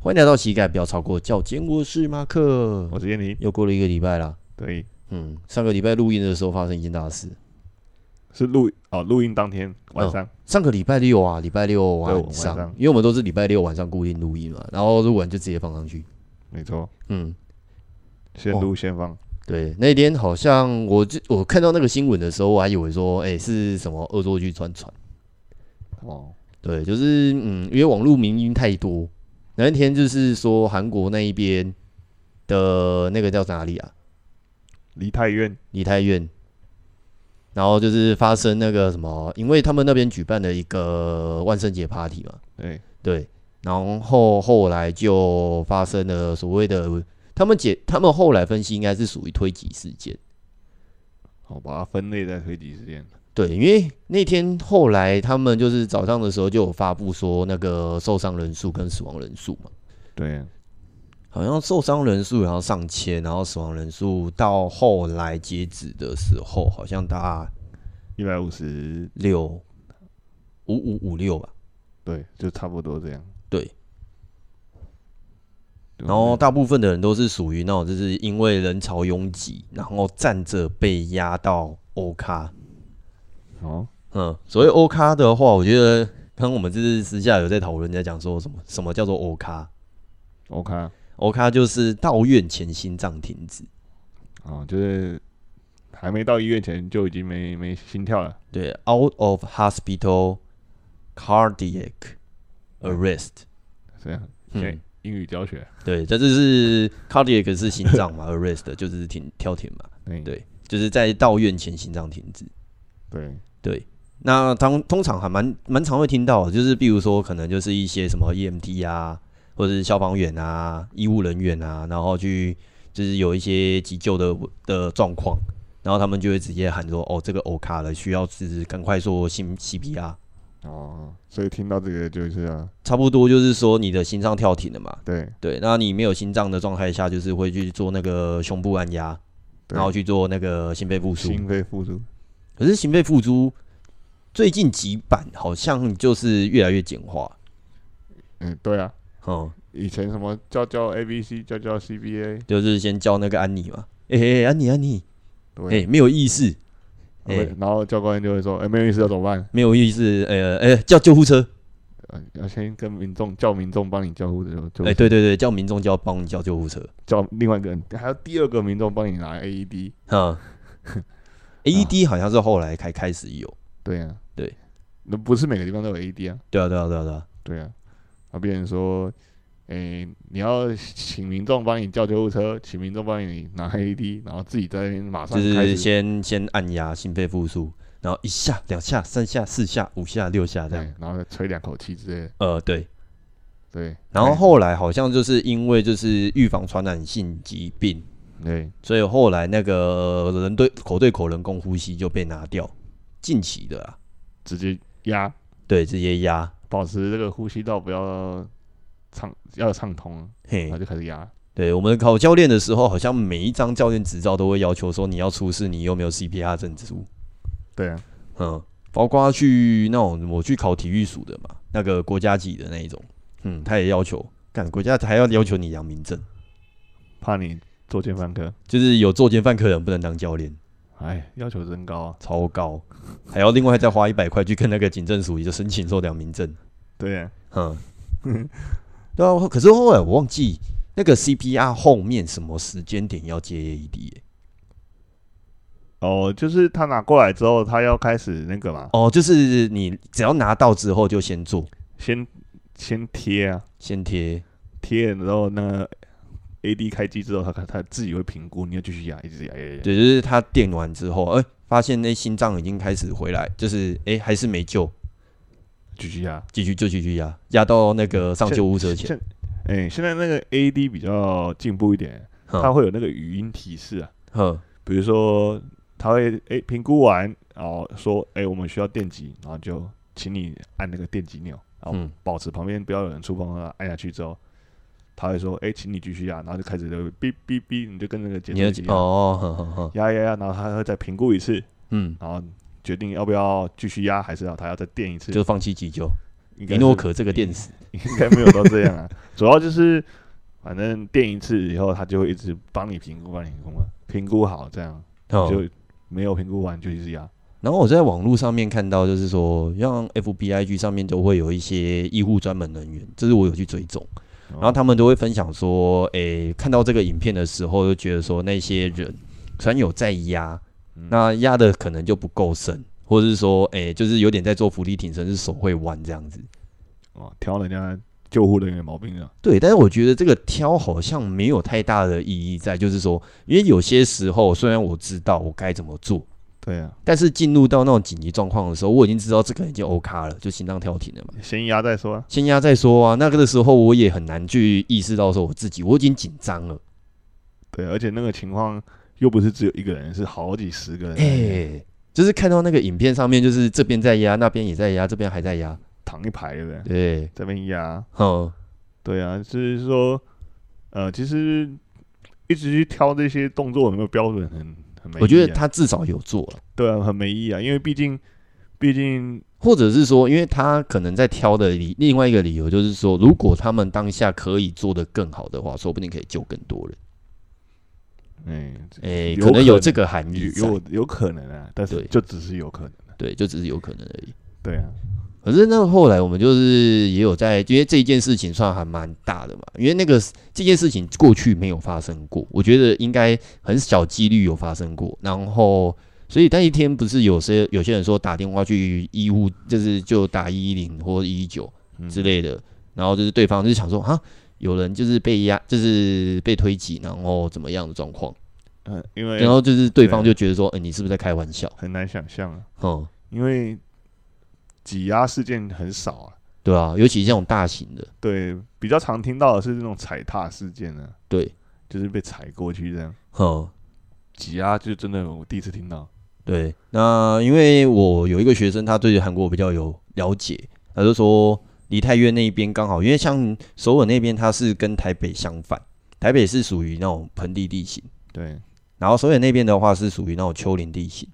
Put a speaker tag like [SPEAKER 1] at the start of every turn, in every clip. [SPEAKER 1] 欢迎来到膝盖不要超过脚尖，我是马克。
[SPEAKER 2] 我是燕妮。
[SPEAKER 1] 又过了一个礼拜啦，
[SPEAKER 2] 对，
[SPEAKER 1] 嗯，上个礼拜录音的时候发生一件大事。
[SPEAKER 2] 是录哦，录音当天晚上，
[SPEAKER 1] 上个礼拜六啊，礼拜六晚
[SPEAKER 2] 对晚
[SPEAKER 1] 上，
[SPEAKER 2] 上
[SPEAKER 1] 因为我们都是礼拜六晚上固定录音嘛，然后录完就直接放上去。
[SPEAKER 2] 没错，
[SPEAKER 1] 嗯，
[SPEAKER 2] 先录先放。
[SPEAKER 1] 对，那天好像我就我看到那个新闻的时候，我还以为说，哎、是什么恶作剧专传。
[SPEAKER 2] 哦，
[SPEAKER 1] 对，就是嗯，因为网络民音太多。那一天就是说韩国那一边的那个叫哪里啊？
[SPEAKER 2] 梨泰院
[SPEAKER 1] 梨泰院，然后就是发生那个什么，因为他们那边举办了一个万圣节 party 嘛，
[SPEAKER 2] 对，
[SPEAKER 1] 对，然后后来就发生了所谓的他们解，他们后来分析应该是属于推挤事件，
[SPEAKER 2] 好、把它分类在推挤时间。
[SPEAKER 1] 对，因为那天后来他们就是早上的时候就有发布说那个受伤人数跟死亡人数嘛，
[SPEAKER 2] 对，
[SPEAKER 1] 好像受伤人数然后上千，然后死亡人数到后来截止的时候好像达
[SPEAKER 2] 一百五十，
[SPEAKER 1] 六五五五六吧。
[SPEAKER 2] 对，就差不多这样。
[SPEAKER 1] 对，
[SPEAKER 2] 对
[SPEAKER 1] 然
[SPEAKER 2] 嗯
[SPEAKER 1] 后大部分的人都是属于那种，就是因为人潮拥挤，然后站着被压到欧咖。
[SPEAKER 2] 哦，
[SPEAKER 1] 嗯，所谓欧咖的话，我觉得刚刚我们就是私下有在讨论，在讲说什么什么叫做欧咖。
[SPEAKER 2] OK，啊、
[SPEAKER 1] 欧咖就是到院前心脏停止。
[SPEAKER 2] 哦，就是还没到医院前就已经没没心跳了。
[SPEAKER 1] 对，out of hospital cardiac arrest。
[SPEAKER 2] 这样，
[SPEAKER 1] 嗯
[SPEAKER 2] 对，英语教学，
[SPEAKER 1] 对，这就是 cardiac 是心脏嘛 ，arrest 就是停跳停嘛，
[SPEAKER 2] 嗯对
[SPEAKER 1] 对就是在到院前心脏停止。
[SPEAKER 2] 对，
[SPEAKER 1] 对，那通通常还蛮蛮常会听到的，就是比如说可能就是一些什么 EMT 啊，或者是消防员啊、医务人员啊，然后去就是有一些急救的的状况，然后他们就会直接喊说：“哦，这个欧卡了，需要是赶快做心 CPR。”
[SPEAKER 2] 哦，所以听到这个就是啊，
[SPEAKER 1] 差不多就是说你的心脏跳停了嘛，
[SPEAKER 2] 对，
[SPEAKER 1] 对，那你没有心脏的状态下，就是会去做那个胸部按压，
[SPEAKER 2] 对
[SPEAKER 1] 然后去做那个心肺复苏。
[SPEAKER 2] 心肺复苏，
[SPEAKER 1] 可是心肺复苏最近几版好像就是越来越简化，
[SPEAKER 2] 嗯，对啊，
[SPEAKER 1] 嗯，
[SPEAKER 2] 以前什么教教 A B C，教教 C B A，
[SPEAKER 1] 就是先教那个安妮嘛，哎、欸安妮安妮，哎、
[SPEAKER 2] 对，
[SPEAKER 1] 没有意识，哎、
[SPEAKER 2] 会然后教官就会说，哎，没有意思要怎么办？
[SPEAKER 1] 没有意识，呃、哎、叫救护车，
[SPEAKER 2] 呃，要先跟民众叫民众帮你交互的时候，就
[SPEAKER 1] 哎、对对对，叫民众就要帮你叫救护车，
[SPEAKER 2] 叫另外一个人，还有第二个民众帮你拿 E AED，
[SPEAKER 1] 哈、AED 好像是后来才开始有，
[SPEAKER 2] 对啊，
[SPEAKER 1] 对，
[SPEAKER 2] 那不是每个地方都有 AED 啊，
[SPEAKER 1] 对啊对啊对啊对啊，
[SPEAKER 2] 对啊，啊，别人说，诶、你要请民众帮你叫救护车，请民众帮你拿 AED，然后自己在那边马上
[SPEAKER 1] 就
[SPEAKER 2] 开
[SPEAKER 1] 是
[SPEAKER 2] 始，
[SPEAKER 1] 先先按压心肺复苏，然后一下、两下、三下、四下、五下、六下这样。
[SPEAKER 2] 对，然后再吹两口气之类的，
[SPEAKER 1] 呃，对。
[SPEAKER 2] 对，
[SPEAKER 1] 然后后来好像就是因为就是预防传染性疾病，
[SPEAKER 2] 对，
[SPEAKER 1] 所以后来那个人对口对口人工呼吸就被拿掉，近期的啊，
[SPEAKER 2] 直接压，
[SPEAKER 1] 对，直接压，
[SPEAKER 2] 保持这个呼吸道不要畅要畅通啊，
[SPEAKER 1] 嘿
[SPEAKER 2] 然后，就开始压，
[SPEAKER 1] 对，我们考教练的时候，好像每一张教练执照都会要求说你要出示你有没有 CPR 证书，
[SPEAKER 2] 对啊，
[SPEAKER 1] 嗯，包括去那种我去考体育署的嘛，那个国家级的那一种，嗯，他也要求，干国家还要要求你阳明证，
[SPEAKER 2] 怕你作奸犯科，
[SPEAKER 1] 就是有作奸犯科人不能当教练，
[SPEAKER 2] 哎，要求真高啊，
[SPEAKER 1] 超高，还要另外再花一百块去跟那个警政署也就申请说阳明证，
[SPEAKER 2] 对啊，
[SPEAKER 1] 嗯，对啊，可是后来我忘记那个 CPR 后面什么时间点要接 AED 欸、
[SPEAKER 2] 哦，就是他拿过来之后，他要开始那个嘛，
[SPEAKER 1] 哦，就是你只要拿到之后就先做，
[SPEAKER 2] 先先贴啊，
[SPEAKER 1] 先贴，
[SPEAKER 2] 贴了之后那个 AD 开机之后，他他自己会评估，你要继续压，一直压，压压压
[SPEAKER 1] 对，就是他电完之后，哎、发现那心脏已经开始回来，就是哎、还是没救，
[SPEAKER 2] 继续压。
[SPEAKER 1] 继续就继续压，压到那个
[SPEAKER 2] 嗯
[SPEAKER 1] 上救护车前，
[SPEAKER 2] 现哎、现在那个 AD 比较进步一点，它
[SPEAKER 1] 哼
[SPEAKER 2] 会有那个语音提示啊，
[SPEAKER 1] 哼，
[SPEAKER 2] 比如说他会哎评、估完，然后说哎、我们需要电击，然后就请你按那个电击钮，然后
[SPEAKER 1] 嗯，
[SPEAKER 2] 保持旁边不要有人触碰它，按下去之后。他会说：“哎、请你继续压。”然后就开始就哔哔哔，你就跟那个节
[SPEAKER 1] 你
[SPEAKER 2] 奏
[SPEAKER 1] 要
[SPEAKER 2] 一起压
[SPEAKER 1] 哦，哼哼哼，
[SPEAKER 2] 压压压，然后他会再评估一次，
[SPEAKER 1] 嗯，
[SPEAKER 2] 然后决定要不要继续压，还是要他要再电一次。
[SPEAKER 1] 就放弃急救，
[SPEAKER 2] 应该
[SPEAKER 1] 尼
[SPEAKER 2] 是
[SPEAKER 1] 诺可这个电死，
[SPEAKER 2] 应该没有到这样啊，主要就是反正电一次以后，他就会一直帮你评估，帮你评估嘛，评估好这样
[SPEAKER 1] 哦
[SPEAKER 2] 嗯就没有评估完就一直压。
[SPEAKER 1] 然后我在网络上面看到，就是说，像 FBIG 上面都会有一些医护专门人员，这是我有去追踪，
[SPEAKER 2] 哦
[SPEAKER 1] 然后他们都会分享说，诶、看到这个影片的时候，就觉得说那些人虽然有在压，那压的可能就不够深，或者是说，诶、就是有点在做浮力挺身，是手会弯这样子。
[SPEAKER 2] 哦，挑人家救护人员毛病啊，
[SPEAKER 1] 对，但是我觉得这个挑好像没有太大的意义在，就是说，因为有些时候虽然我知道我该怎么做，
[SPEAKER 2] 对啊，
[SPEAKER 1] 但是进入到那种紧急状况的时候，我已经知道这个人已经 OK 了，就心脏跳停了嘛。
[SPEAKER 2] 先压再说啊。
[SPEAKER 1] 先压再说啊。那个的时候，我也很难去意识到说我自己我已经紧张了。
[SPEAKER 2] 对，啊而且那个情况又不是只有一个人，是好几十个人
[SPEAKER 1] 哎、就是看到那个影片上面，就是这边在压，那边也在压，这边还在压。
[SPEAKER 2] 躺一排，对不对？
[SPEAKER 1] 对，
[SPEAKER 2] 这边压，
[SPEAKER 1] 哼，
[SPEAKER 2] 对啊，就是说，呃，其实呃一直去挑这些动作有没有标准很，很没、意义啊
[SPEAKER 1] 我觉得他至少有做了，
[SPEAKER 2] 对啊，很没意义啊，因为毕竟，毕竟
[SPEAKER 1] 或者是说，因为他可能在挑的理另外一个理由就是说，如果他们当下可以做得更好的话，说不定可以救更多人。
[SPEAKER 2] 哎、
[SPEAKER 1] 哎、
[SPEAKER 2] 有
[SPEAKER 1] 可能有
[SPEAKER 2] 可能
[SPEAKER 1] 这个含义
[SPEAKER 2] 有
[SPEAKER 1] 在。
[SPEAKER 2] 有有可能啊，但是
[SPEAKER 1] 对
[SPEAKER 2] 就只是有可能啊、
[SPEAKER 1] 对，就只是有可能而已。
[SPEAKER 2] 对啊，
[SPEAKER 1] 可是那后来我们就是也有在，因为这一件事情算还蛮大的嘛，因为那个这件事情过去没有发生过，我觉得应该很小几率有发生过。然后，所以那一天不是有些有些人说打电话去医务，就是就打一一零或一一九
[SPEAKER 2] 嗯
[SPEAKER 1] 之类的，然后就是对方就是想说啊，有人就是被压，就是被推挤，然后怎么样的状况，
[SPEAKER 2] 嗯、因
[SPEAKER 1] 然
[SPEAKER 2] 为
[SPEAKER 1] 后就是对方
[SPEAKER 2] 对
[SPEAKER 1] 就觉得说，呃，你是不是在开玩笑？
[SPEAKER 2] 很难想象啊，
[SPEAKER 1] 嗯，
[SPEAKER 2] 因为挤压事件很少啊，
[SPEAKER 1] 对啊，尤其这种大型的，
[SPEAKER 2] 对，比较常听到的是那种踩踏事件呢、啊，
[SPEAKER 1] 对，
[SPEAKER 2] 就是被踩过去这样，
[SPEAKER 1] 嗯。
[SPEAKER 2] 挤压就真的我第一次听到，
[SPEAKER 1] 对，那因为我有一个学生，他对韩国比较有了解，他就说梨泰院那边刚好，因为像首尔那边，它是跟台北相反，台北是属于那种盆地地形，
[SPEAKER 2] 对，
[SPEAKER 1] 然后首尔那边的话是属于那种丘陵地形，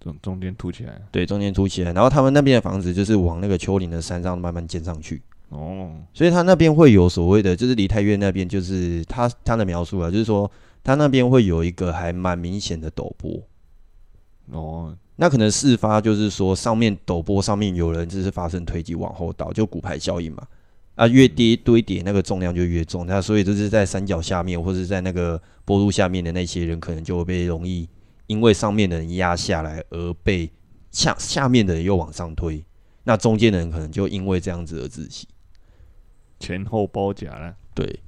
[SPEAKER 2] 中中间凸起来，
[SPEAKER 1] 对，中间凸起来，然后他们那边的房子就是往那个丘陵的山上慢慢建上去，
[SPEAKER 2] 哦，
[SPEAKER 1] 所以他那边会有所谓的，就是梨泰院那边，就是他他的描述啊，就是说他那边会有一个还蛮明显的陡坡，
[SPEAKER 2] 哦，
[SPEAKER 1] 那可能事发就是说，上面陡坡上面有人就是发生推挤往后倒，就骨牌效应嘛。啊，越跌堆叠那个重量就越重，那所以就是在山脚下面或者在那个坡度下面的那些人，可能就会被容易因为上面的人压下来而被下下面的人又往上推，那中间的人可能就因为这样子而窒息。
[SPEAKER 2] 前后包夹了，
[SPEAKER 1] 对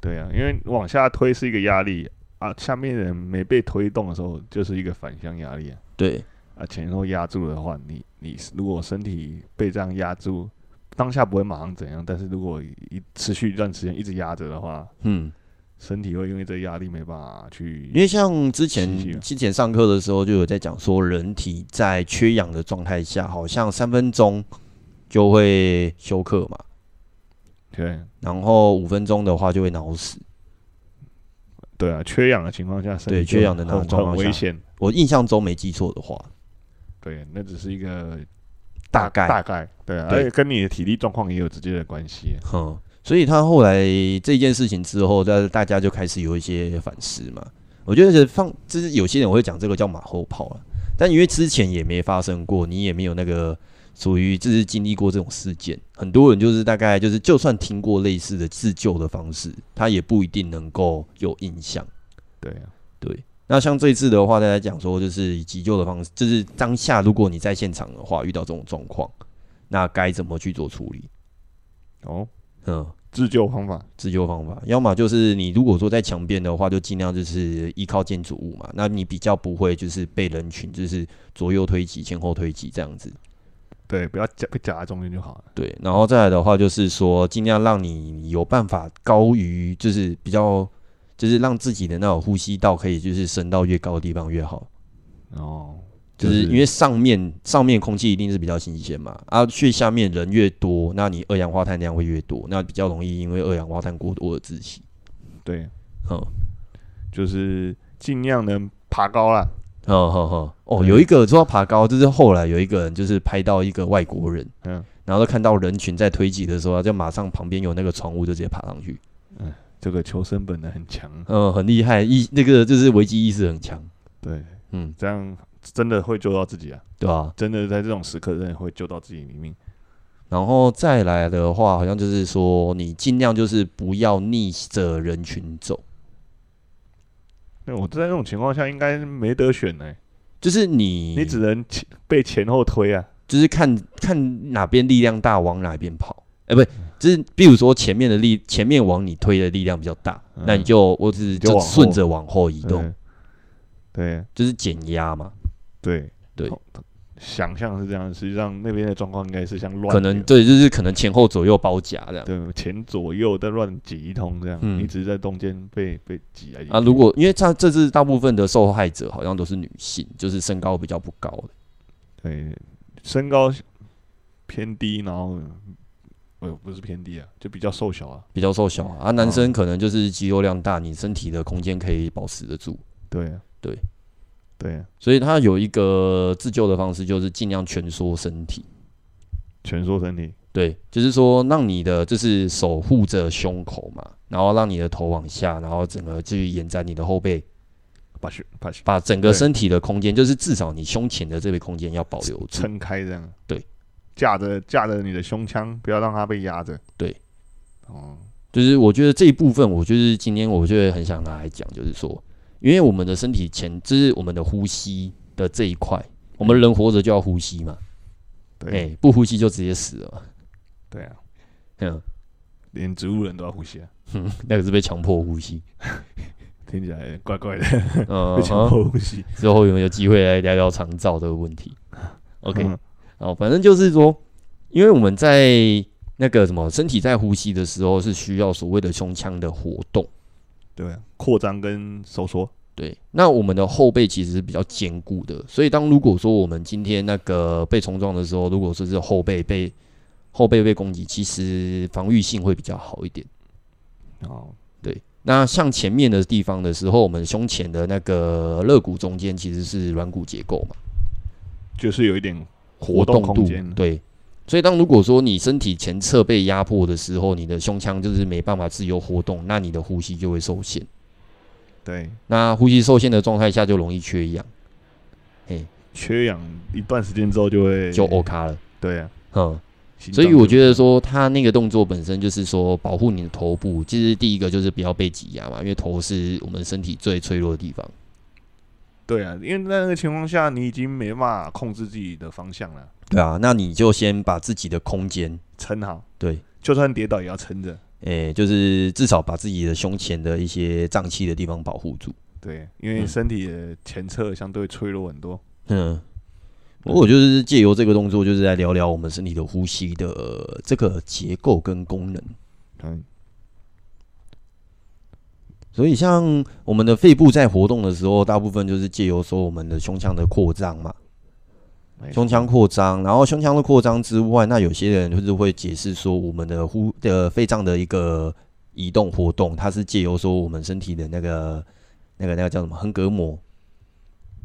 [SPEAKER 2] 对啊，因为往下推是一个压力啊，下面的人没被推动的时候就是一个反向压力啊，
[SPEAKER 1] 对
[SPEAKER 2] 啊，前后压住的话，你你如果身体被这样压住，当下不会马上怎样，但是如果一持续一段时间一直压着的话，
[SPEAKER 1] 嗯，
[SPEAKER 2] 身体会因为这压力没办法去，
[SPEAKER 1] 因为像之
[SPEAKER 2] 是是
[SPEAKER 1] 前
[SPEAKER 2] 啊
[SPEAKER 1] 之前上课的时候就有在讲说，人体在缺氧的状态下，好像三分钟就会休克嘛，
[SPEAKER 2] 对
[SPEAKER 1] 然后五分钟的话就会脑死。
[SPEAKER 2] 对啊，缺氧的情况下，身体
[SPEAKER 1] 对
[SPEAKER 2] 就
[SPEAKER 1] 缺氧的那种
[SPEAKER 2] 很
[SPEAKER 1] 状
[SPEAKER 2] 很
[SPEAKER 1] 况
[SPEAKER 2] 危
[SPEAKER 1] 下
[SPEAKER 2] 险，
[SPEAKER 1] 我印象中没记错的话，
[SPEAKER 2] 对，那只是一个
[SPEAKER 1] 大概
[SPEAKER 2] 大概，对啊，
[SPEAKER 1] 对
[SPEAKER 2] 而且跟你的体力状况也有直接的关系啊，
[SPEAKER 1] 哼，所以他后来这件事情之后，大大家就开始有一些反思嘛。我觉得放就是有些人会讲这个叫马后炮了，但因为之前也没发生过，你也没有那个属于就是经历过这种事件，很多人就是大概就是就算听过类似的自救的方式，他也不一定能够有印象。
[SPEAKER 2] 对啊，
[SPEAKER 1] 对，那像这一次的话，大家讲说就是以急救的方式，就是当下如果你在现场的话遇到这种状况，那该怎么去做处理？
[SPEAKER 2] 哦，
[SPEAKER 1] 嗯，
[SPEAKER 2] 自救方法，
[SPEAKER 1] 自救方法，要么就是你如果说在墙边的话，就尽量就是依靠建筑物嘛，那你比较不会就是被人群就是左右推挤、前后推挤这样子。
[SPEAKER 2] 对，不要夹被夹在中间就好了。
[SPEAKER 1] 对，然后再来的话就是说，尽量让你有办法高于，就是比较，就是让自己的那种呼吸道可以就是升到越高的地方越好，
[SPEAKER 2] 哦，
[SPEAKER 1] 就是因为上面上面空气一定是比较新鲜嘛，啊，去下面人越多，那你二氧化碳量会越多，那比较容易因为二氧化碳过多而窒息。
[SPEAKER 2] 对，
[SPEAKER 1] 嗯。
[SPEAKER 2] 就是尽量能爬高啦。
[SPEAKER 1] 哦哦哦，哦，
[SPEAKER 2] 对
[SPEAKER 1] 有一个说到爬高，就是后来有一个人就是拍到一个外国人，
[SPEAKER 2] 嗯，
[SPEAKER 1] 然后看到人群在推挤的时候啊，就马上旁边有那个床屋就直接爬上去，
[SPEAKER 2] 这个求生本能很强，
[SPEAKER 1] 嗯，很厉害，意那个就是危机意识很强，
[SPEAKER 2] 对，
[SPEAKER 1] 嗯，
[SPEAKER 2] 这样真的会救到自己啊！
[SPEAKER 1] 对吧、
[SPEAKER 2] 真的在这种时刻，真的会救到自己的命。
[SPEAKER 1] 然后再来的话，好像就是说你尽量就是不要逆着人群走，
[SPEAKER 2] 那我在这种情况下应该没得选呢、
[SPEAKER 1] 就是你
[SPEAKER 2] 你只能前被前后推啊。
[SPEAKER 1] 就是看看哪边力量大往哪边跑，哎、不是，就是比如说前面的力前面往你推的力量比较大，
[SPEAKER 2] 嗯
[SPEAKER 1] 那你就我只是
[SPEAKER 2] 就
[SPEAKER 1] 就
[SPEAKER 2] 往后
[SPEAKER 1] 顺着往后移动，
[SPEAKER 2] 嗯对
[SPEAKER 1] 就是减压嘛，
[SPEAKER 2] 对
[SPEAKER 1] 对，
[SPEAKER 2] 想象是这样，实际上那边的状况应该是像乱
[SPEAKER 1] 可能
[SPEAKER 2] 流
[SPEAKER 1] 对，就是可能前后左右包夹这样。
[SPEAKER 2] 啊对前左右在乱挤一通这样，
[SPEAKER 1] 嗯
[SPEAKER 2] 你只是在中间被被挤来挤去
[SPEAKER 1] 啊，如果因为他这次大部分的受害者好像都是女性，就是身高比较不高的，
[SPEAKER 2] 对身高偏低，然后呃不是偏低啊，就比较瘦小啊，
[SPEAKER 1] 比较瘦小啊。啊男生可能就是肌肉量大，你身体的空间可以保持得住，
[SPEAKER 2] 对啊
[SPEAKER 1] 对
[SPEAKER 2] 对啊，
[SPEAKER 1] 所以他有一个自救的方式，就是尽量蜷缩身体。
[SPEAKER 2] 蜷缩身体，
[SPEAKER 1] 对，就是说让你的就是手护着胸口嘛，然后让你的头往下，然后整个去延展你的后背，
[SPEAKER 2] 把胸把胸
[SPEAKER 1] 把整个
[SPEAKER 2] 对
[SPEAKER 1] 身体的空间，就是至少你胸前的这个空间要保留住。
[SPEAKER 2] 撑开这样，
[SPEAKER 1] 对，
[SPEAKER 2] 架着架着你的胸腔，不要让它被压着，
[SPEAKER 1] 对，
[SPEAKER 2] 哦，
[SPEAKER 1] 就是我觉得这一部分，我就是今天我就会很想拿来讲，就是说，因为我们的身体前，就是我们的呼吸的这一块，我们人活着就要呼吸嘛，哎、
[SPEAKER 2] 对
[SPEAKER 1] 不呼吸就直接死了嘛，
[SPEAKER 2] 对啊，
[SPEAKER 1] 嗯，
[SPEAKER 2] 连植物人都要呼吸啊，
[SPEAKER 1] 哼那个是被强迫呼吸，
[SPEAKER 2] 听起来怪怪的，
[SPEAKER 1] 嗯
[SPEAKER 2] 被，强迫呼吸。
[SPEAKER 1] 之后有没有机会来聊聊长照这个问题？OK，
[SPEAKER 2] 嗯
[SPEAKER 1] 哦，反正就是说，因为我们在那个什么身体在呼吸的时候，是需要所谓的胸腔的活动。
[SPEAKER 2] 对啊，扩张跟收缩，
[SPEAKER 1] 对，那我们的后背其实是比较坚固的，所以当如果说我们今天那个被冲撞的时候，如果说是后背被后背被攻击，其实防御性会比较好一点。
[SPEAKER 2] 然后
[SPEAKER 1] 对，那像前面的地方的时候，我们胸前的那个肋骨中间其实是软骨结构嘛，
[SPEAKER 2] 就是有一点
[SPEAKER 1] 活
[SPEAKER 2] 活
[SPEAKER 1] 动度
[SPEAKER 2] 动空间，
[SPEAKER 1] 对。所以，当如果说你身体前侧被压迫的时候，你的胸腔就是没办法自由活动，那你的呼吸就会受限。
[SPEAKER 2] 对
[SPEAKER 1] 那呼吸受限的状态下，就容易缺氧，
[SPEAKER 2] 缺氧一段时间之后就会
[SPEAKER 1] 就 OK 了。
[SPEAKER 2] 对啊，
[SPEAKER 1] 嗯，
[SPEAKER 2] 心
[SPEAKER 1] 所以
[SPEAKER 2] 脏
[SPEAKER 1] 我
[SPEAKER 2] 就
[SPEAKER 1] 觉得说，他那个动作本身就是说保护你的头部，其实第一个就是不要被挤压嘛，因为头是我们身体最脆弱的地方。
[SPEAKER 2] 对啊，因为在那个情况下你已经没办法控制自己的方向了，
[SPEAKER 1] 对啊，那你就先把自己的空间，
[SPEAKER 2] 撑好，
[SPEAKER 1] 对，
[SPEAKER 2] 就算跌倒也要撑着，
[SPEAKER 1] 诶、就是至少把自己的胸前的一些胀气的地方保护住。
[SPEAKER 2] 对，因为
[SPEAKER 1] 嗯
[SPEAKER 2] 身体的前侧相对脆弱很多，
[SPEAKER 1] 嗯，我就是借由这个动作，就是来聊聊我们身体的呼吸的呃这个结构跟功能。
[SPEAKER 2] 嗯，
[SPEAKER 1] 所以，像我们的肺部在活动的时候，大部分就是借由说我们的胸腔的扩张嘛，
[SPEAKER 2] 没
[SPEAKER 1] 胸
[SPEAKER 2] 错
[SPEAKER 1] 腔扩张，然后胸腔的扩张之外，那有些人就是会解释说，我们的呼的肺脏的一个移动活动，它是借由说我们身体的那个那个那个叫什么横膈膜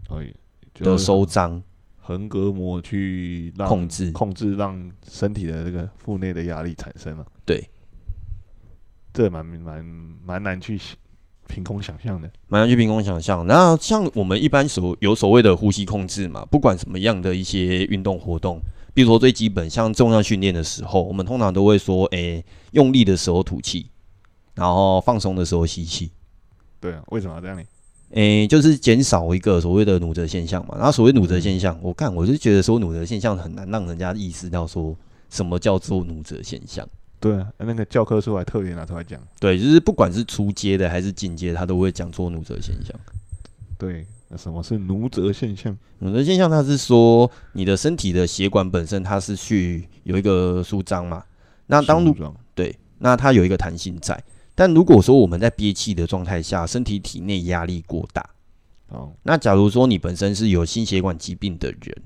[SPEAKER 2] 哎，就
[SPEAKER 1] 的
[SPEAKER 2] 是嗯
[SPEAKER 1] 收张，
[SPEAKER 2] 横膈膜去让
[SPEAKER 1] 控制
[SPEAKER 2] 控制让身体的这个腹内的压力产生了，
[SPEAKER 1] 对，
[SPEAKER 2] 这蛮蛮蛮难去想凭空想象的。
[SPEAKER 1] 蛮难去凭空想象。那像我们一般所有所谓的呼吸控制嘛，不管什么样的一些运动活动，比如说最基本像重量训练的时候，我们通常都会说，诶、用力的时候吐气，然后放松的时候吸气。
[SPEAKER 2] 对啊，为什么要这样呢？
[SPEAKER 1] 诶、就是减少一个所谓的努责现象嘛。然后所谓努责现象，我看我就觉得说努责现象很难让人家意识到说什么叫做努责现象。
[SPEAKER 2] 对啊，那个教科书还特别拿出来讲。
[SPEAKER 1] 对，就是不管是初阶的还是进阶，他都会讲做努责现象。
[SPEAKER 2] 对，那什么是奴则现象？
[SPEAKER 1] 努责现象，它是说你的身体的血管本身它是去有一个舒张嘛，那当如
[SPEAKER 2] 形状
[SPEAKER 1] 对，那它有一个弹性在。但如果说我们在憋气的状态下，身体体内压力过大，
[SPEAKER 2] 哦，
[SPEAKER 1] 那假如说你本身是有心血管疾病的人，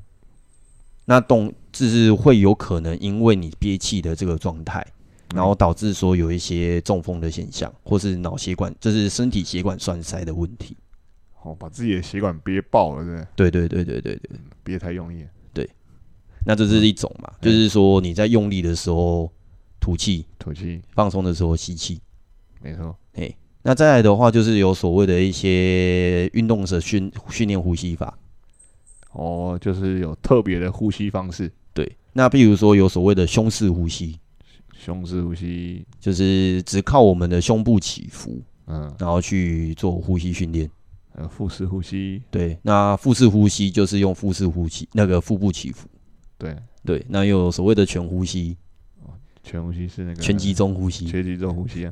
[SPEAKER 1] 那动就是会有可能因为你憋气的这个状态，然后导致说有一些中风的现象，或是脑血管，就是身体血管栓塞的问题。
[SPEAKER 2] 哦，把自己的血管憋爆了，对不对？
[SPEAKER 1] 对对对对对对，
[SPEAKER 2] 憋太用力了。
[SPEAKER 1] 对，那这是一种嘛，
[SPEAKER 2] 嗯
[SPEAKER 1] 就是说你在用力的时候吐气，
[SPEAKER 2] 吐气，
[SPEAKER 1] 放松的时候吸气。
[SPEAKER 2] 没错，
[SPEAKER 1] 那再来的话，就是有所谓的一些运动者训训练呼吸法，
[SPEAKER 2] 哦，就是有特别的呼吸方式，
[SPEAKER 1] 对。那比如说有所谓的胸式呼吸，
[SPEAKER 2] 胸式呼吸，
[SPEAKER 1] 就是只靠我们的胸部起伏，
[SPEAKER 2] 嗯，
[SPEAKER 1] 然后去做呼吸训练。
[SPEAKER 2] 还有腹式呼吸，
[SPEAKER 1] 对，那腹式呼吸就是用腹式呼吸，那个腹部起伏。
[SPEAKER 2] 对，
[SPEAKER 1] 对，那又有所谓的全呼吸、
[SPEAKER 2] 全呼吸是那个
[SPEAKER 1] 全集中呼吸。
[SPEAKER 2] 全集中呼吸啊，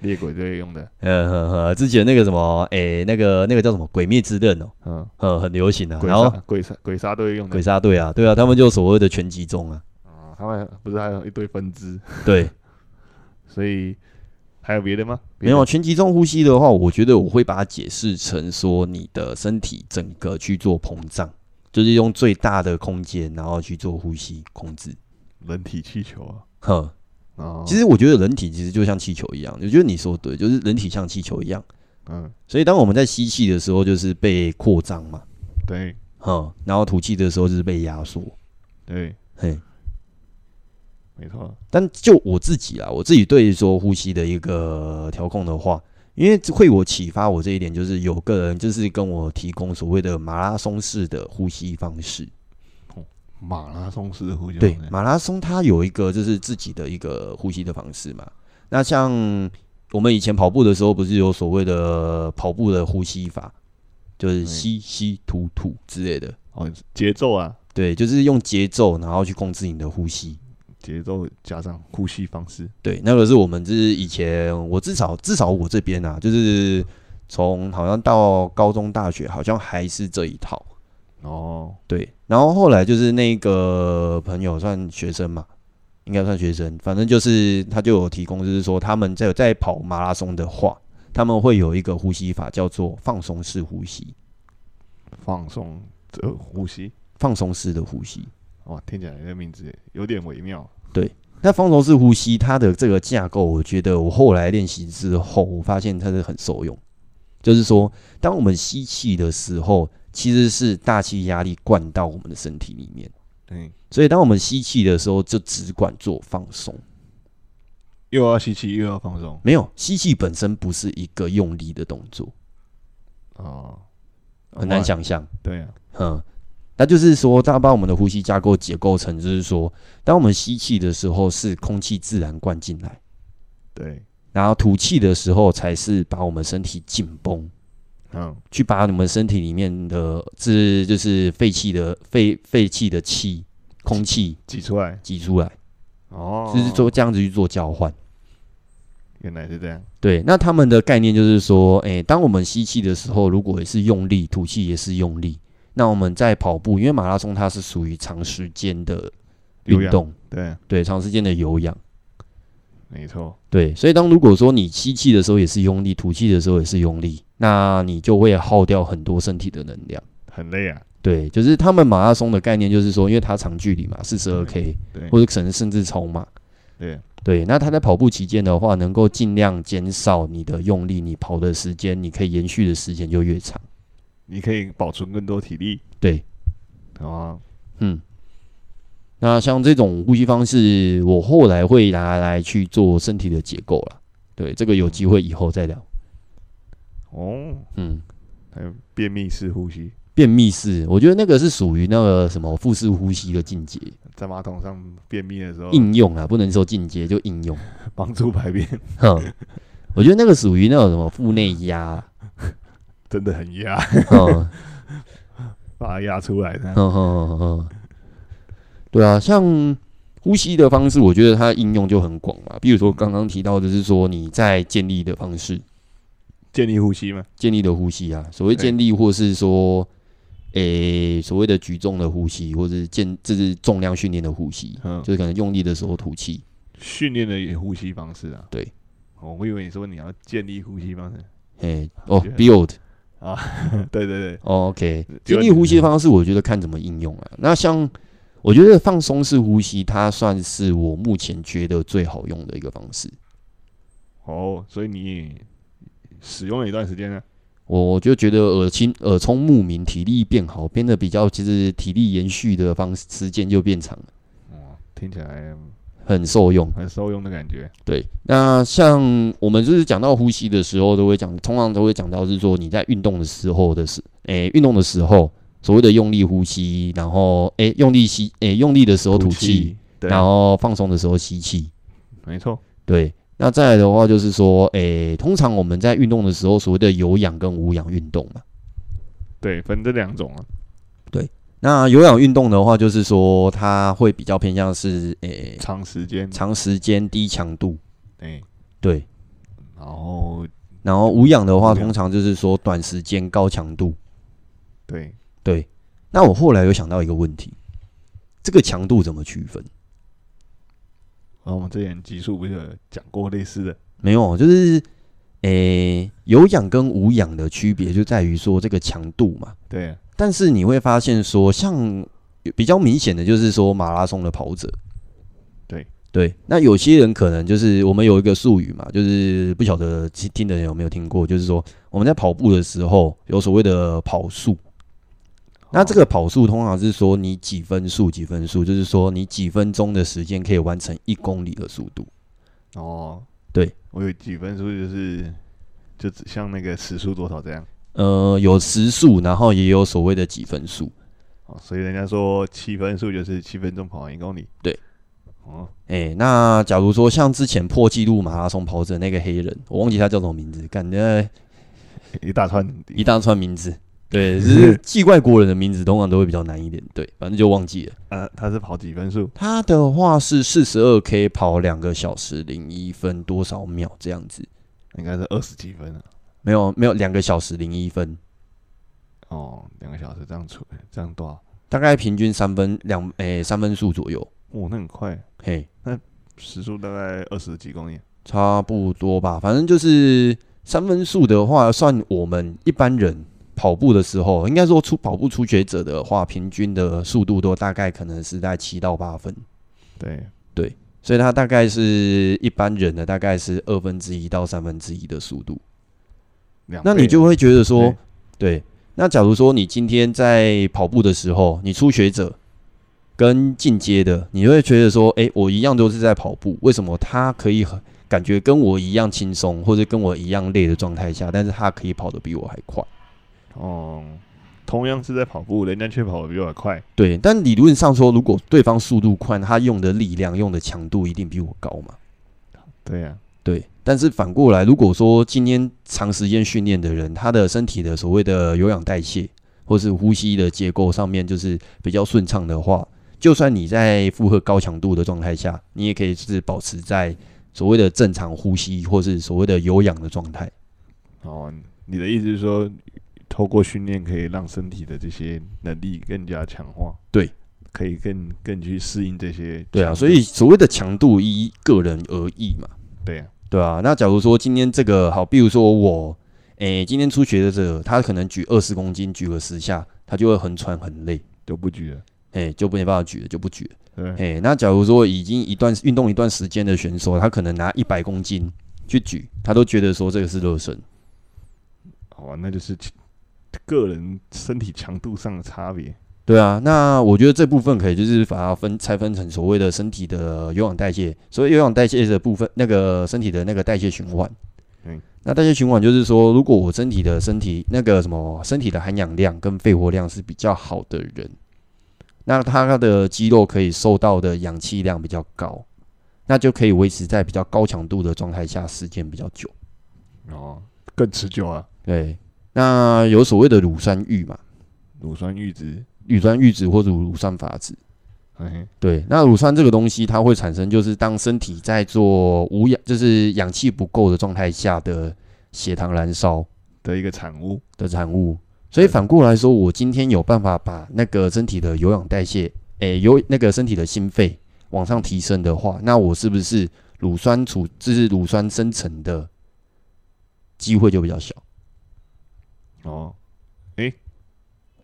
[SPEAKER 2] 猎鬼队 用的，
[SPEAKER 1] 呃呵呵，之前那个什么，诶、那个那个叫什么《鬼灭之刃》哦，
[SPEAKER 2] 嗯，
[SPEAKER 1] 呃，很流行啊。
[SPEAKER 2] 鬼
[SPEAKER 1] 然后
[SPEAKER 2] 杀鬼杀鬼杀队用的
[SPEAKER 1] 鬼，杀队啊，对啊，他们就所谓的全集中 啊，
[SPEAKER 2] 啊他们不是还有一堆分支，
[SPEAKER 1] 对，
[SPEAKER 2] 所以还有别的吗？别
[SPEAKER 1] 没
[SPEAKER 2] 的
[SPEAKER 1] 有，啊全集中呼吸的话，我觉得我会把它解释成说，你的身体整个去做膨胀，就是用最大的空间，然后去做呼吸控制。
[SPEAKER 2] 人体气球啊，
[SPEAKER 1] 哼，
[SPEAKER 2] 哦，
[SPEAKER 1] 其实我觉得人体其实就像气球一样，我觉得你说对，就是人体像气球一样。
[SPEAKER 2] 嗯，
[SPEAKER 1] 所以当我们在吸气的时候，就是被扩张嘛，
[SPEAKER 2] 对
[SPEAKER 1] 哼，然后吐气的时候就是被压缩，
[SPEAKER 2] 对，
[SPEAKER 1] 嘿。
[SPEAKER 2] 没错，
[SPEAKER 1] 但就我自己啊，我自己对于说呼吸的一个调控的话，因为会我启发我这一点，就是有个人就是跟我提供所谓的马拉松式的呼吸方式。
[SPEAKER 2] 马拉松式的呼吸，
[SPEAKER 1] 对，马拉松它有一个就是自己的一个呼吸的方式嘛。那像我们以前跑步的时候，不是有所谓的跑步的呼吸法，就是
[SPEAKER 2] 嗯
[SPEAKER 1] 吸吸吐吐之类的。
[SPEAKER 2] 哦，节奏啊，
[SPEAKER 1] 对，就是用节奏，然后去控制你的呼吸。
[SPEAKER 2] 节奏加上呼吸方式，
[SPEAKER 1] 对，那个是我们就是以前我至少至少我这边啊，就是从好像到高中、大学，好像还是这一套。
[SPEAKER 2] 哦，
[SPEAKER 1] 对，然后后来就是那个朋友算学生嘛，应该算学生，反正就是他就有提供，就是说他们在在跑马拉松的话，他们会有一个呼吸法叫做放松式呼吸，
[SPEAKER 2] 放松这呼吸，
[SPEAKER 1] 放松式的呼吸。
[SPEAKER 2] 哇，听起来这名字有点微妙，
[SPEAKER 1] 那放松式呼吸它的这个架构，我觉得我后来练习之后，我发现它是很受用。就是说，当我们吸气的时候，其实是大气压力灌到我们的身体里面，
[SPEAKER 2] 对，
[SPEAKER 1] 所以当我们吸气的时候，就只管做放松。
[SPEAKER 2] 又要吸气又要放松，
[SPEAKER 1] 没有，吸气本身不是一个用力的动作，
[SPEAKER 2] 哦，
[SPEAKER 1] 很难
[SPEAKER 2] 哇，
[SPEAKER 1] 想象。
[SPEAKER 2] 对啊，
[SPEAKER 1] 嗯，那就是说，它把我们的呼吸架构解构成，就是说，当我们吸气的时候，是空气自然灌进来。
[SPEAKER 2] 对，
[SPEAKER 1] 然后吐气的时候，才是把我们身体紧绷，
[SPEAKER 2] 嗯，
[SPEAKER 1] 去把我们身体里面的这就是废气的废废气的气、空气
[SPEAKER 2] 挤出来，
[SPEAKER 1] 挤出来，
[SPEAKER 2] 哦，
[SPEAKER 1] 就是做这样子去做交换。
[SPEAKER 2] 原来是这样，
[SPEAKER 1] 对，那他们的概念就是说，诶，当我们吸气的时候，如果也是用力，吐气也是用力。那我们在跑步，因为马拉松它是属于长时间的
[SPEAKER 2] 有
[SPEAKER 1] 运
[SPEAKER 2] 氧
[SPEAKER 1] 动，
[SPEAKER 2] 对，啊
[SPEAKER 1] 对，长时间的有氧，
[SPEAKER 2] 没错，
[SPEAKER 1] 对，所以当如果说你吸气的时候也是用力，吐气的时候也是用力，那你就会耗掉很多身体的能量。
[SPEAKER 2] 很累啊，
[SPEAKER 1] 对，就是他们马拉松的概念，就是说，因为它长距离嘛，四十二 K
[SPEAKER 2] 对
[SPEAKER 1] 或者可能甚至超马。
[SPEAKER 2] 对，
[SPEAKER 1] 对，那他在跑步期间的话，能够尽量减少你的用力，你跑的时间，你可以延续的时间就越长。
[SPEAKER 2] 你可以保存更多体力，
[SPEAKER 1] 对，
[SPEAKER 2] 哦，
[SPEAKER 1] 嗯。那像这种呼吸方式，我后来会拿来去做身体的结构了。对，这个有机会以后再聊。
[SPEAKER 2] 哦，
[SPEAKER 1] 嗯，
[SPEAKER 2] 还有便秘式呼吸，
[SPEAKER 1] 便秘式，我觉得那个是属于那个什么腹式呼吸的境界
[SPEAKER 2] 在马桶上便秘的时候，
[SPEAKER 1] 应用啊，不能说境界就应用。
[SPEAKER 2] 帮助排便，
[SPEAKER 1] 哼，我觉得那个属于那种什么腹内压，嗯
[SPEAKER 2] 真的很压，
[SPEAKER 1] 哼
[SPEAKER 2] 把它压出来的，
[SPEAKER 1] 哼哼哼哼，哦对啊，像呼吸的方式，我觉得它应用就很广嘛。比如说刚刚提到的是说你在建立的方式，
[SPEAKER 2] 建立呼吸嘛，
[SPEAKER 1] 建立的呼吸啊，所谓
[SPEAKER 2] 对
[SPEAKER 1] 建立或是说，诶、所谓的举重的呼吸，或是建这是重量训练的呼吸，
[SPEAKER 2] 嗯，
[SPEAKER 1] 就是可能用力的时候吐气。
[SPEAKER 2] 训练的呼吸方式啊。
[SPEAKER 1] 对
[SPEAKER 2] 哦，我以为你说你要建立呼吸方式。
[SPEAKER 1] 诶、哦
[SPEAKER 2] 觉得
[SPEAKER 1] ，build
[SPEAKER 2] 对对对，
[SPEAKER 1] 哦 OK，建
[SPEAKER 2] 结果
[SPEAKER 1] 立
[SPEAKER 2] 你
[SPEAKER 1] 呼吸的方式，我觉得看怎么应用啊。那像我觉得放松式呼吸，它算是我目前觉得最好用的一个方式。
[SPEAKER 2] 哦，所以你也使用了一段时间呢。
[SPEAKER 1] 我就觉得耳清耳聪目明，体力变好，变得比较就是体力延续的方式时间就变长了，
[SPEAKER 2] 哦，听起来
[SPEAKER 1] 很受用。
[SPEAKER 2] 很受用的感觉。
[SPEAKER 1] 对，那像我们就是讲到呼吸的时候，都会讲，通常都会讲到是说你在运动的时候的时，诶、运动的时候所谓的用力呼吸，然后诶、用力吸，诶、用力的时候吐气，，
[SPEAKER 2] 对，
[SPEAKER 1] 然后放松的时候吸气。
[SPEAKER 2] 没错，
[SPEAKER 1] 对，那再来的话就是说，诶、通常我们在运动的时候所谓的有氧跟无氧运动嘛。
[SPEAKER 2] 对，分这两种啊。
[SPEAKER 1] 那有氧运动的话，就是说它会比较偏向是诶、
[SPEAKER 2] 长时间，
[SPEAKER 1] 长时间低强度，
[SPEAKER 2] 哎，
[SPEAKER 1] 对。
[SPEAKER 2] 然后
[SPEAKER 1] 然后无氧的话，
[SPEAKER 2] 无氧
[SPEAKER 1] 通常就是说短时间高强度。
[SPEAKER 2] 对，
[SPEAKER 1] 对，那我后来有想到一个问题，这个强度怎么区分？
[SPEAKER 2] 然后我们之前集数不是有讲过类似的，
[SPEAKER 1] 没有，就是诶、有氧跟无氧的区别就在于说这个强度嘛。
[SPEAKER 2] 对啊，
[SPEAKER 1] 但是你会发现说，像比较明显的就是说马拉松的跑者，
[SPEAKER 2] 对
[SPEAKER 1] 对，那有些人可能就是我们有一个术语嘛，就是不晓得听听的人有没有听过，就是说我们在跑步的时候有所谓的跑速。那这个跑速通常是说你几分数几分数，就是说你几分钟的时间可以完成一公里的速度。
[SPEAKER 2] 哦，
[SPEAKER 1] 对，
[SPEAKER 2] 我有几分数就是就只像那个时速多少这样。
[SPEAKER 1] 呃，有时速，然后也有所谓的几分数。
[SPEAKER 2] 哦，所以人家说七分数就是七分钟跑完一公里。
[SPEAKER 1] 对。
[SPEAKER 2] 哦，
[SPEAKER 1] 哎、那假如说像之前破纪录马拉松跑者那个黑人，我忘记他叫什么名字，感觉
[SPEAKER 2] 一大串，
[SPEAKER 1] 一大串名字。对，就是记外国人的名字，通常都会比较难一点。对，反正就忘记了。
[SPEAKER 2] 呃，他是跑几分数？
[SPEAKER 1] 他的话是四十二 K 跑两个小时零一分多少秒这样子，
[SPEAKER 2] 应该是二十几分啊。
[SPEAKER 1] 没有没有两个小时零一分，
[SPEAKER 2] 哦，两个小时这样出，这样多少？
[SPEAKER 1] 大概平均三分两诶、三分数左右，
[SPEAKER 2] 哦，那很快，
[SPEAKER 1] 嘿，
[SPEAKER 2] 时速大概二十几公里。
[SPEAKER 1] 差不多吧。反正就是三分数的话，算我们一般人跑步的时候，应该说初跑步初学者的话，平均的速度都大概可能是在七到八分，
[SPEAKER 2] 对，
[SPEAKER 1] 所以它大概是一般人的大概是二分之一到三分之一的速度。
[SPEAKER 2] 两
[SPEAKER 1] 那
[SPEAKER 2] 倍
[SPEAKER 1] 你就会觉得说
[SPEAKER 2] 对，
[SPEAKER 1] 对。那假如说你今天在跑步的时候，你初学者跟进阶的，你会觉得说，诶，我一样都是在跑步，为什么他可以很感觉跟我一样轻松，或者跟我一样累的状态下，但是他可以跑得比我还快？
[SPEAKER 2] 哦，同样是在跑步，人家却跑得比我快。
[SPEAKER 1] 对，但理论上说，如果对方速度快，他用的力量、用的强度一定比我高嘛？
[SPEAKER 2] 对啊呀、
[SPEAKER 1] 对，但是反过来，如果说今天长时间训练的人，他的身体的所谓的有氧代谢或是呼吸的结构上面就是比较顺畅的话，就算你在负荷高强度的状态下，你也可以是保持在所谓的正常呼吸或是所谓的有氧的状态。
[SPEAKER 2] 哦，你的意思是说，透过训练可以让身体的这些能力更加强化？
[SPEAKER 1] 对，
[SPEAKER 2] 可以更更去适应这些强度。
[SPEAKER 1] 对啊，所以所谓的强度依个人而异嘛。
[SPEAKER 2] 对呀、
[SPEAKER 1] 对啊，那假如说今天这个好，比如说我，诶、今天初学的这个，他可能举二十公斤，举了十下，他就会很喘很累，
[SPEAKER 2] 就不举了。
[SPEAKER 1] 诶、就没办法举了，就不举了。
[SPEAKER 2] 对，
[SPEAKER 1] 哎、那假如说已经一段运动一段时间的选手，他可能拿一百公斤去举，他都觉得说这个是热身。
[SPEAKER 2] 哦，那就是其个人身体强度上的差别。
[SPEAKER 1] 对啊，那我觉得这部分可以就是把它分拆分成所谓的身体的有氧代谢，所以有氧代谢的部分，那个身体的那个代谢循环。
[SPEAKER 2] 嗯，
[SPEAKER 1] 那代谢循环就是说，如果我身体的身体那个什么身体的含氧量跟肺活量是比较好的人，那他的肌肉可以受到的氧气量比较高，那就可以维持在比较高强度的状态下时间比较久。
[SPEAKER 2] 哦，更持久啊，
[SPEAKER 1] 对，那有所谓的乳酸阈嘛，
[SPEAKER 2] 乳酸阈值。
[SPEAKER 1] 乳酸阈值或者乳酸阀值。
[SPEAKER 2] 哎，
[SPEAKER 1] 对，那乳酸这个东西，它会产生就是当身体在做无氧，就是氧气不够的状态下的血糖燃烧
[SPEAKER 2] 的一个产物。
[SPEAKER 1] 的产物。所以反过来说，我今天有办法把那个身体的有氧代谢，诶、有那个身体的心肺往上提升的话，那我是不是乳酸储，就是乳酸生成的机会就比较小？
[SPEAKER 2] 哦，哎，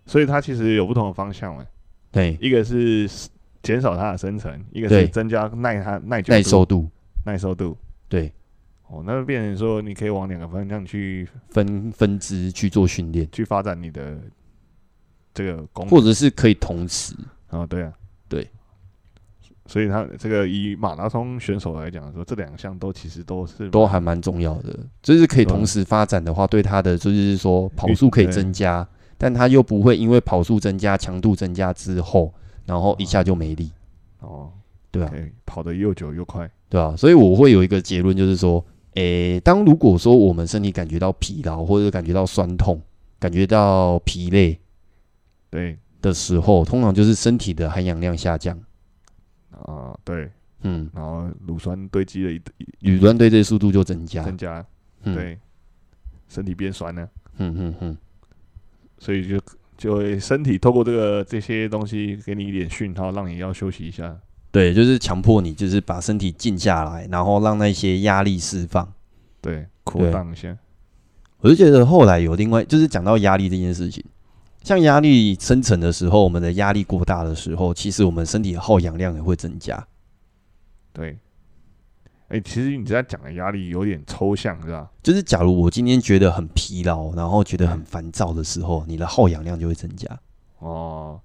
[SPEAKER 2] 所以它其实有不同的方向嘛，
[SPEAKER 1] 对，
[SPEAKER 2] 一个是减少它的生成，一个
[SPEAKER 1] 对
[SPEAKER 2] 是增加耐它耐久
[SPEAKER 1] 耐
[SPEAKER 2] 度
[SPEAKER 1] 受度，
[SPEAKER 2] 耐受度。
[SPEAKER 1] 对，
[SPEAKER 2] 哦，那就变成说你可以往两个方向去
[SPEAKER 1] 分分支去做训练，
[SPEAKER 2] 去发展你的这个功
[SPEAKER 1] 或者是可以同时。
[SPEAKER 2] 啊，对啊，
[SPEAKER 1] 对，
[SPEAKER 2] 所以他这个以马拉松选手来讲说，这两项都其实都是
[SPEAKER 1] 都还蛮重要的，就是可以
[SPEAKER 2] 对啊
[SPEAKER 1] 同时发展的话，对他的就是说跑
[SPEAKER 2] 运
[SPEAKER 1] 速可以
[SPEAKER 2] 对
[SPEAKER 1] 增加，但他又不会因为跑速增加、强度增加之后，然后一下
[SPEAKER 2] 啊
[SPEAKER 1] 就没力，
[SPEAKER 2] 哦，
[SPEAKER 1] 对啊
[SPEAKER 2] 可以跑得又久又快，
[SPEAKER 1] 对啊，所以我会有一个结论，就是说，诶、当如果说我们身体感觉到疲劳或者感觉到酸痛、感觉到疲累
[SPEAKER 2] 对
[SPEAKER 1] 的时候，通常就是身体的含氧量下降，
[SPEAKER 2] 啊，对，
[SPEAKER 1] 嗯，
[SPEAKER 2] 然后乳酸堆积了一一
[SPEAKER 1] 乳酸对这速度就增加，
[SPEAKER 2] 增加，
[SPEAKER 1] 嗯，
[SPEAKER 2] 对，身体变酸了，
[SPEAKER 1] 嗯嗯嗯，
[SPEAKER 2] 所以就就会身体透过这个这些东西给你一点讯号，让你要休息一下，
[SPEAKER 1] 对，就是强迫你就是把身体静下来，然后让那些压力释放。
[SPEAKER 2] 对，
[SPEAKER 1] 对
[SPEAKER 2] 扩张一下，
[SPEAKER 1] 我就觉得后来有另外，就是讲到压力这件事情，像压力生成的时候，我们的压力过大的时候，其实我们身体的耗氧量也会增加。
[SPEAKER 2] 对。哎、其实你这样讲的压力有点抽象，是吧？
[SPEAKER 1] 就是假如我今天觉得很疲劳，然后觉得很烦躁的时候，你的耗氧量就会增加，
[SPEAKER 2] 哦，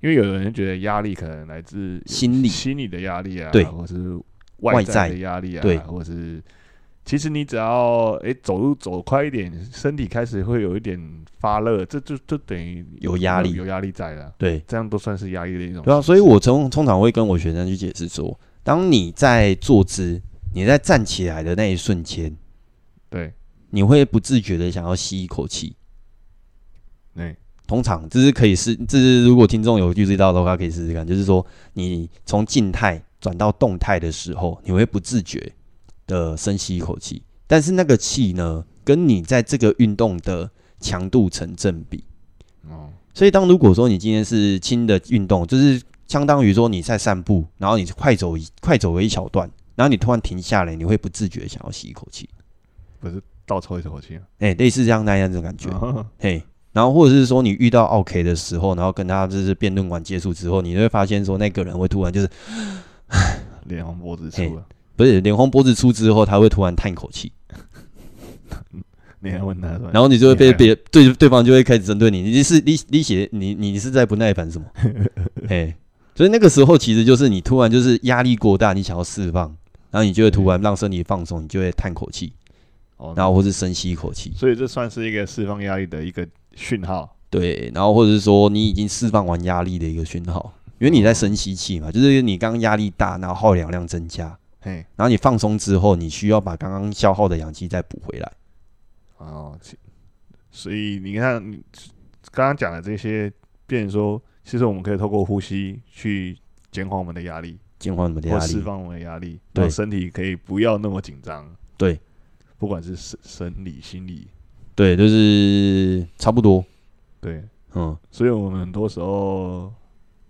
[SPEAKER 2] 因为有的人觉得压力可能来自
[SPEAKER 1] 心理
[SPEAKER 2] 心理的压力啊，
[SPEAKER 1] 对
[SPEAKER 2] 或是
[SPEAKER 1] 外
[SPEAKER 2] 外
[SPEAKER 1] 在
[SPEAKER 2] 在的压力啊，
[SPEAKER 1] 对
[SPEAKER 2] 或是其实你只要哎、诶走路走快一点，身体开始会有一点发热，这就就等于
[SPEAKER 1] 有压力
[SPEAKER 2] 有压力在了，
[SPEAKER 1] 对
[SPEAKER 2] 这样都算是压力的一种形式。
[SPEAKER 1] 对啊，所以我通通常会跟我学生去解释说，当你在坐姿，你在站起来的那一瞬间，
[SPEAKER 2] 对，
[SPEAKER 1] 你会不自觉的想要吸一口气。
[SPEAKER 2] 哎、
[SPEAKER 1] 通常这是可以试，这是如果听众有意识到的话，可以试试看。就是说，你从静态转到动态的时候，你会不自觉的深吸一口气，但是那个气呢，跟你在这个运动的强度成正比。
[SPEAKER 2] 哦，
[SPEAKER 1] 所以，当如果说你今天是轻的运动，就是相当于说你在散步，然后你快走一快走了一小段，然后你突然停下来，你会不自觉地想要吸一口气，
[SPEAKER 2] 不是倒抽一口气啊，
[SPEAKER 1] 哎、类似这样那样的感觉。
[SPEAKER 2] 哦
[SPEAKER 1] 嘿，然后或者是说你遇到 OK 的时候，然后跟他就是辩论完结束之后，你就会发现说那个人会突然就是
[SPEAKER 2] 脸红脖子粗啊了。
[SPEAKER 1] 不是脸红脖子粗之后，他会突然叹一口气，
[SPEAKER 2] 你还问他说，
[SPEAKER 1] 然后你就会被
[SPEAKER 2] 厉害
[SPEAKER 1] 别对对方就会开始针对你，你是你你写你你是在不耐烦什么？嘿，所以那个时候其实就是你突然就是压力过大，你想要释放，然后你就会突然让身体放松，你就会叹口气，
[SPEAKER 2] 哦，
[SPEAKER 1] 然后或是深吸一口气。
[SPEAKER 2] 所以这算是一个释放压力的一个讯号。
[SPEAKER 1] 对，然后或者是说你已经释放完压力的一个讯号，因为你在深吸气嘛，就是你刚刚压力大，然后耗氧量增加，
[SPEAKER 2] 嘿，
[SPEAKER 1] 然后你放松之后，你需要把刚刚消耗的氧气再补回来。
[SPEAKER 2] 哦，其所以你看，你刚刚讲的这些，变成说，其实我们可以透过呼吸去减缓我们的压力，
[SPEAKER 1] 减缓我们的
[SPEAKER 2] 或
[SPEAKER 1] 压
[SPEAKER 2] 释
[SPEAKER 1] 力，
[SPEAKER 2] 放我们的压力，
[SPEAKER 1] 对
[SPEAKER 2] 让身体可以不要那么紧张。
[SPEAKER 1] 对，
[SPEAKER 2] 不管是生生理、心理，
[SPEAKER 1] 对，就是差不多，
[SPEAKER 2] 对，
[SPEAKER 1] 嗯，
[SPEAKER 2] 所以我们很多时候，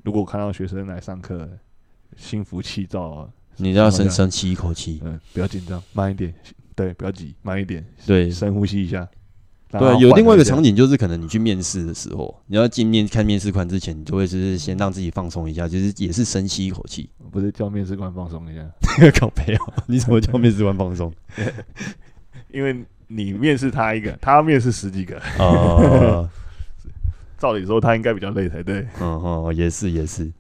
[SPEAKER 2] 如果看到学生来上课，心浮气躁啊，
[SPEAKER 1] 你要深
[SPEAKER 2] 怎么
[SPEAKER 1] 深吸一口气，
[SPEAKER 2] 嗯、不要紧张，慢一点，对，不要急，慢一点，
[SPEAKER 1] 对，
[SPEAKER 2] 深呼吸一下。
[SPEAKER 1] 嗯对啊，有另外一个场
[SPEAKER 2] 景，
[SPEAKER 1] 景就是，可能你去面试的时候，你要进面看面试官之前，你就会就是先让自己放松一下，就是也是深吸一口 气。
[SPEAKER 2] 不是叫面试官放松一下，
[SPEAKER 1] 搞没有？哦你怎么叫面试官放 松？
[SPEAKER 2] 因为你面试他一个，他要面试十几个，
[SPEAKER 1] 啊，
[SPEAKER 2] 照理说他应该比较累才对。
[SPEAKER 1] 嗯哼，也是也是，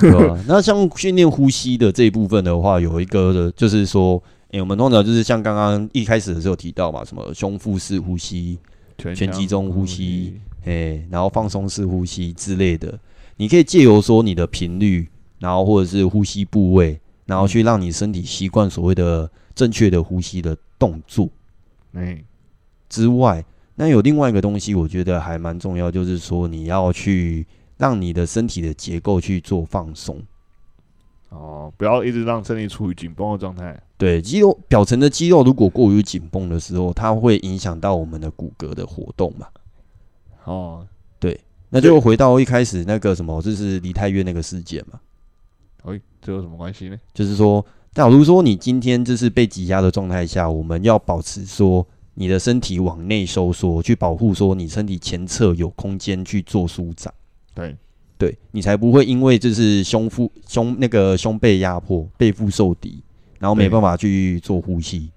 [SPEAKER 1] 对吧、那像训练呼吸的这一部分的话，有一个的就是说，诶、我们通常就是像刚刚一开始的时候有提到嘛，什么胸腹式呼吸，
[SPEAKER 2] 全
[SPEAKER 1] 全集中呼吸，诶、然后放松式呼吸之类的，你可以借由说你的频率，然后或者是呼吸部位，然后去让你身体习惯所谓的正确的呼吸的动作
[SPEAKER 2] 哎，
[SPEAKER 1] 之外，那有另外一个东西，我觉得还蛮重要，就是说你要去让你的身体的结构去做放松。
[SPEAKER 2] 哦，不要一直让身体处于紧绷的状态。
[SPEAKER 1] 对，肌肉表层的肌肉如果过于紧绷的时候，它会影响到我们的骨骼的活动嘛。
[SPEAKER 2] 哦，
[SPEAKER 1] 那就回到一开始那个什么，就是梨泰院那个事件嘛，
[SPEAKER 2] 哎，这有什么关系呢？
[SPEAKER 1] 就是说，假如说你今天就是被挤压的状态下，我们要保持说你的身体往内收缩，去保护说你身体前侧有空间去做舒展。
[SPEAKER 2] 对，
[SPEAKER 1] 对你才不会因为就是胸腹胸那个胸背压迫，背腹受敌，然后没
[SPEAKER 2] 对
[SPEAKER 1] 办法去做呼吸。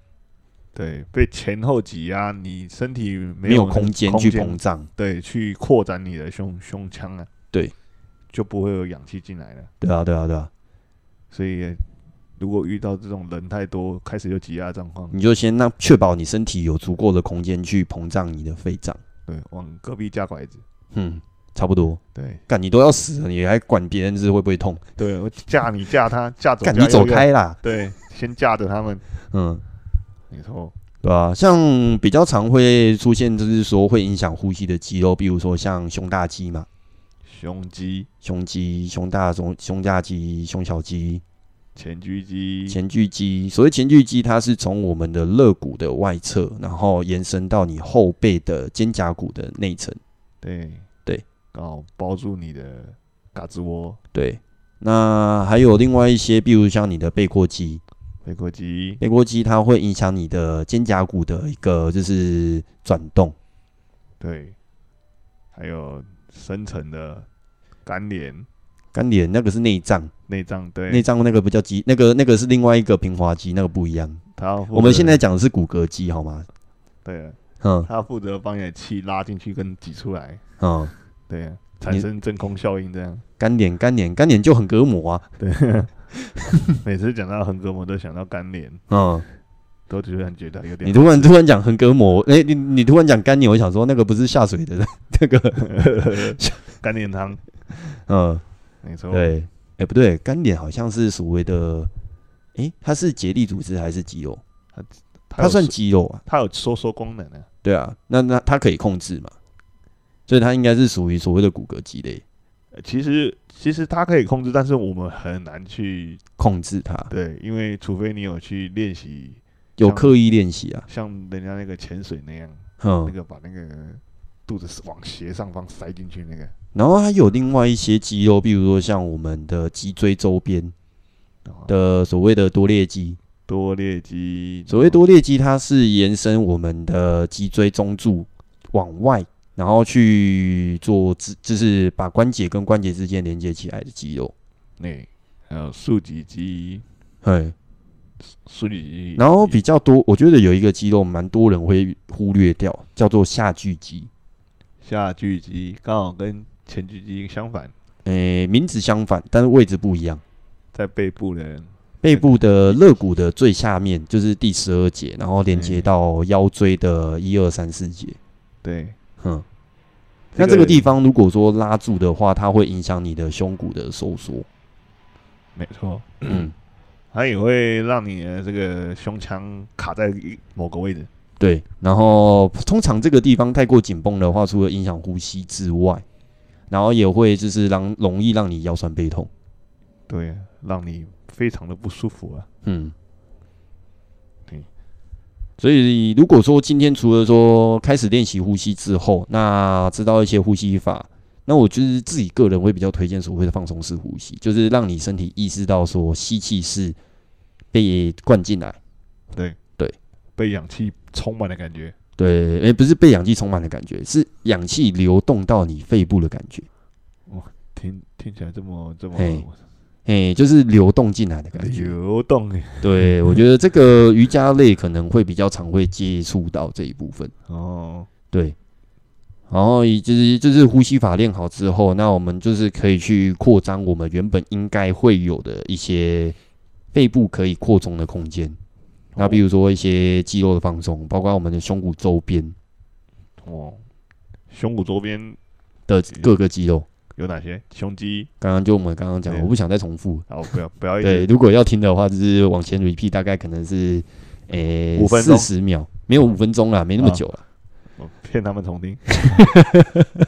[SPEAKER 2] 对，被前后挤压，你身体没
[SPEAKER 1] 没有
[SPEAKER 2] 那个
[SPEAKER 1] 空间去膨胀。
[SPEAKER 2] 对，去扩展你的胸胸腔啊，
[SPEAKER 1] 对，
[SPEAKER 2] 就不会有氧气进来了。
[SPEAKER 1] 对啊，对啊，对啊，
[SPEAKER 2] 所以如果遇到这种人太多，开始有挤压的状况，
[SPEAKER 1] 你就先让确保你身体有足够的空间去膨胀你的肺脏。
[SPEAKER 2] 对，往隔壁架拐子，
[SPEAKER 1] 嗯，差不多。
[SPEAKER 2] 对
[SPEAKER 1] 干你都要死了，你还管别人是会不会痛？
[SPEAKER 2] 对，我架你 架他架走，
[SPEAKER 1] 干
[SPEAKER 2] 架
[SPEAKER 1] 你
[SPEAKER 2] 右
[SPEAKER 1] 走，开啦。
[SPEAKER 2] 对，先架着他们，
[SPEAKER 1] 嗯，
[SPEAKER 2] 没错，
[SPEAKER 1] 对吧、像比较常会出现，就是说会影响呼吸的肌肉，比如说像胸大肌嘛，
[SPEAKER 2] 胸肌、
[SPEAKER 1] 胸肌、胸大胸胸大肌、胸小肌、
[SPEAKER 2] 前锯肌，
[SPEAKER 1] 前锯肌。所谓前锯肌，它是从我们的肋骨的外侧，然后延伸到你后背的肩胛骨的内层。
[SPEAKER 2] 对
[SPEAKER 1] 对，
[SPEAKER 2] 刚好包住你的嘎吱窝、
[SPEAKER 1] 对，那还有另外一些，比如像你的背阔肌，
[SPEAKER 2] 背阔肌，
[SPEAKER 1] 背阔肌它会影响你的肩胛骨的一个就是转动。
[SPEAKER 2] 对，还有深层的干脸、
[SPEAKER 1] 干脸那个是内脏，
[SPEAKER 2] 内脏，
[SPEAKER 1] 内
[SPEAKER 2] 对，
[SPEAKER 1] 脏那个不叫肌，那个那个是另外一个平滑肌，那个不一样。
[SPEAKER 2] 他要负
[SPEAKER 1] 我们
[SPEAKER 2] 责
[SPEAKER 1] 现在讲的是骨骼肌，好吗？
[SPEAKER 2] 对啊，
[SPEAKER 1] 嗯
[SPEAKER 2] 他负责帮你的气拉进去跟挤出来，
[SPEAKER 1] 嗯，
[SPEAKER 2] 对啊，产生真空效应这样。
[SPEAKER 1] 干脸干脸干脸就很隔膜啊。
[SPEAKER 2] 每次讲到横膈膜都想到干脸，
[SPEAKER 1] 嗯，
[SPEAKER 2] 都突然觉得有
[SPEAKER 1] 你
[SPEAKER 2] 点
[SPEAKER 1] 突然突然讲横膈膜，哎、你你突然讲干脸，我想说那个不是下水的 那个，
[SPEAKER 2] 干脸汤，哦
[SPEAKER 1] 嗯，
[SPEAKER 2] 没错，
[SPEAKER 1] 对，哎、不对，干脸好像是所谓的，哎、它是结缔组织还是肌肉？
[SPEAKER 2] 它
[SPEAKER 1] 它
[SPEAKER 2] 有
[SPEAKER 1] 算
[SPEAKER 2] 收
[SPEAKER 1] 肌肉啊，
[SPEAKER 2] 它有收缩功能啊，
[SPEAKER 1] 对啊，那那它可以控制嘛，所以它应该是属于所谓的骨骼肌类，
[SPEAKER 2] 呃其实其实它可以控制，但是我们很难去
[SPEAKER 1] 控制它，
[SPEAKER 2] 对，因为除非你有去练习，
[SPEAKER 1] 有
[SPEAKER 2] 像
[SPEAKER 1] 刻意练习啊，
[SPEAKER 2] 像人家那个潜水那样，那
[SPEAKER 1] 嗯，
[SPEAKER 2] 个把那个肚子往斜上方塞进去那个，
[SPEAKER 1] 然后还有另外一些肌肉，比如说像我们的脊椎周边
[SPEAKER 2] 然后
[SPEAKER 1] 的所谓的多裂肌，
[SPEAKER 2] 哦多裂肌，
[SPEAKER 1] 所谓多裂肌，它是延伸我们的脊椎中柱往外，然后去做支，就是把关节跟关节之间连接起来的肌肉，
[SPEAKER 2] 那、还有竖脊肌，嗯
[SPEAKER 1] 嘿，
[SPEAKER 2] 竖脊肌，
[SPEAKER 1] 然后比较多，我觉得有一个肌肉蛮多人会忽略掉，叫做下锯肌。
[SPEAKER 2] 下锯肌刚好跟前锯肌相反，
[SPEAKER 1] 诶、名字相反，但是位置不一样。
[SPEAKER 2] 在背部的
[SPEAKER 1] 背部的肋骨的最下面就是第十二节，然后连接
[SPEAKER 2] 嗯
[SPEAKER 1] 到腰椎的一二三四节。
[SPEAKER 2] 对，
[SPEAKER 1] 哼，那这个地方如果说拉住的话，它会影响你的胸骨的收缩。
[SPEAKER 2] 没错，
[SPEAKER 1] 嗯，
[SPEAKER 2] 它也会让你的这个胸腔卡在一某个位置，
[SPEAKER 1] 对。然后通常这个地方太过紧绷的话，除了影响呼吸之外，然后也会就是让容易让你腰酸背痛。
[SPEAKER 2] 对，让你非常的不舒服啊。
[SPEAKER 1] 嗯，
[SPEAKER 2] 对。
[SPEAKER 1] 所以如果说今天除了说开始练习呼吸之后，那知道一些呼吸法，那我就是自己个人会比较推荐所谓的放松式呼吸，就是让你身体意识到说吸气是被灌进来，
[SPEAKER 2] 被氧气充满的感觉，
[SPEAKER 1] 对，诶，不是被氧气充满的感觉，是氧气流动到你肺部的感觉，
[SPEAKER 2] 听听起来这么这么
[SPEAKER 1] 嘿诶，就是流动进来的感觉。
[SPEAKER 2] 流动欸
[SPEAKER 1] 对，我觉得这个 瑜伽类可能会比较常会接触到这一部分。
[SPEAKER 2] 哦，
[SPEAKER 1] 对，然后以就是就是呼吸法练好之后，那我们就是可以去扩张我们原本应该会有的一些肺部可以扩充的空间。
[SPEAKER 2] 哦
[SPEAKER 1] 那比如说一些肌肉的放松，包括我们的胸骨周边
[SPEAKER 2] 哦，胸骨周边
[SPEAKER 1] 的各个肌肉。
[SPEAKER 2] 有哪些？胸肌，
[SPEAKER 1] 刚刚就我们刚刚讲的，
[SPEAKER 2] 对
[SPEAKER 1] 我不想再重复。
[SPEAKER 2] 然后不 要不要一
[SPEAKER 1] 对，
[SPEAKER 2] 直
[SPEAKER 1] 如果要听的话，就是往前 repeat，大概可能是诶
[SPEAKER 2] 五分
[SPEAKER 1] 四
[SPEAKER 2] 钟
[SPEAKER 1] 十秒，没有五分钟啦，没那么
[SPEAKER 2] 啊
[SPEAKER 1] 久啦。
[SPEAKER 2] 哦骗他们重 听，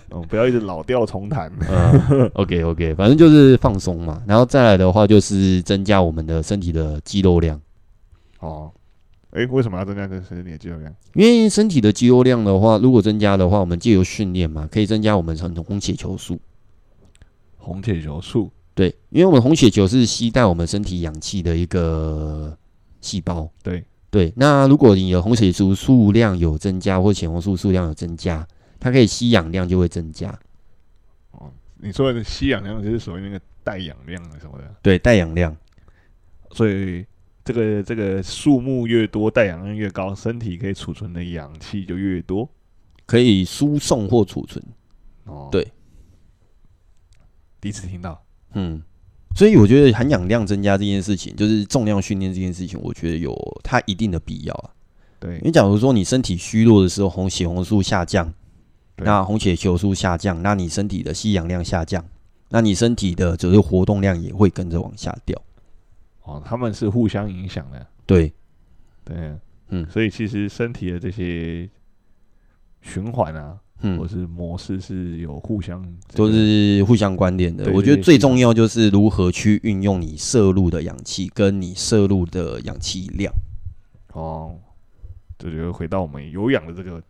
[SPEAKER 2] 哦，不要一直老调重弹，
[SPEAKER 1] 嗯 OK OK，反正就是放松嘛，然后再来的话就是增加我们的身体的肌肉量，
[SPEAKER 2] 哦，哎，为什么要增加这身体的肌肉量？
[SPEAKER 1] 因为身体的肌肉量的话，如果增加的话，我们借由训练嘛，可以增加我们的红血球数。
[SPEAKER 2] 红血球素，
[SPEAKER 1] 对，因为我们红血球是吸带我们身体氧气的一个细胞。
[SPEAKER 2] 对
[SPEAKER 1] 对，那如果你的红血球数量有增加，或血红素数量有增加，它可以吸氧量就会增加。
[SPEAKER 2] 哦，你说的吸氧量就是所谓那个带氧量啊什么的，
[SPEAKER 1] 对，带氧量。
[SPEAKER 2] 所以这个这个树木越多，带氧量越高，身体可以储存的氧气就越多。
[SPEAKER 1] 可以输送或储存。
[SPEAKER 2] 哦，
[SPEAKER 1] 对，
[SPEAKER 2] 第一次听到。
[SPEAKER 1] 嗯，所以我觉得含氧量增加这件事情，就是重量训练这件事情，我觉得有它一定的必要啊。
[SPEAKER 2] 对
[SPEAKER 1] 因，为假如说你身体虚弱的时候，红血红素下降，
[SPEAKER 2] 对
[SPEAKER 1] 那红血球数下降，那你身体的吸氧量下降，那你身体的就是活动量也会跟着往下掉。
[SPEAKER 2] 哦，他们是互相影响的。
[SPEAKER 1] 对，
[SPEAKER 2] 对，
[SPEAKER 1] 嗯
[SPEAKER 2] 所以其实身体的这些循环啊，或
[SPEAKER 1] 嗯，
[SPEAKER 2] 是模式是有互相这
[SPEAKER 1] 都
[SPEAKER 2] 个
[SPEAKER 1] 是互相关联的。
[SPEAKER 2] 对
[SPEAKER 1] 我觉
[SPEAKER 2] 对
[SPEAKER 1] 得最重要就是如何去运用你摄入的氧气跟你摄入的氧气量。
[SPEAKER 2] 哦，这就回到我们有氧的这个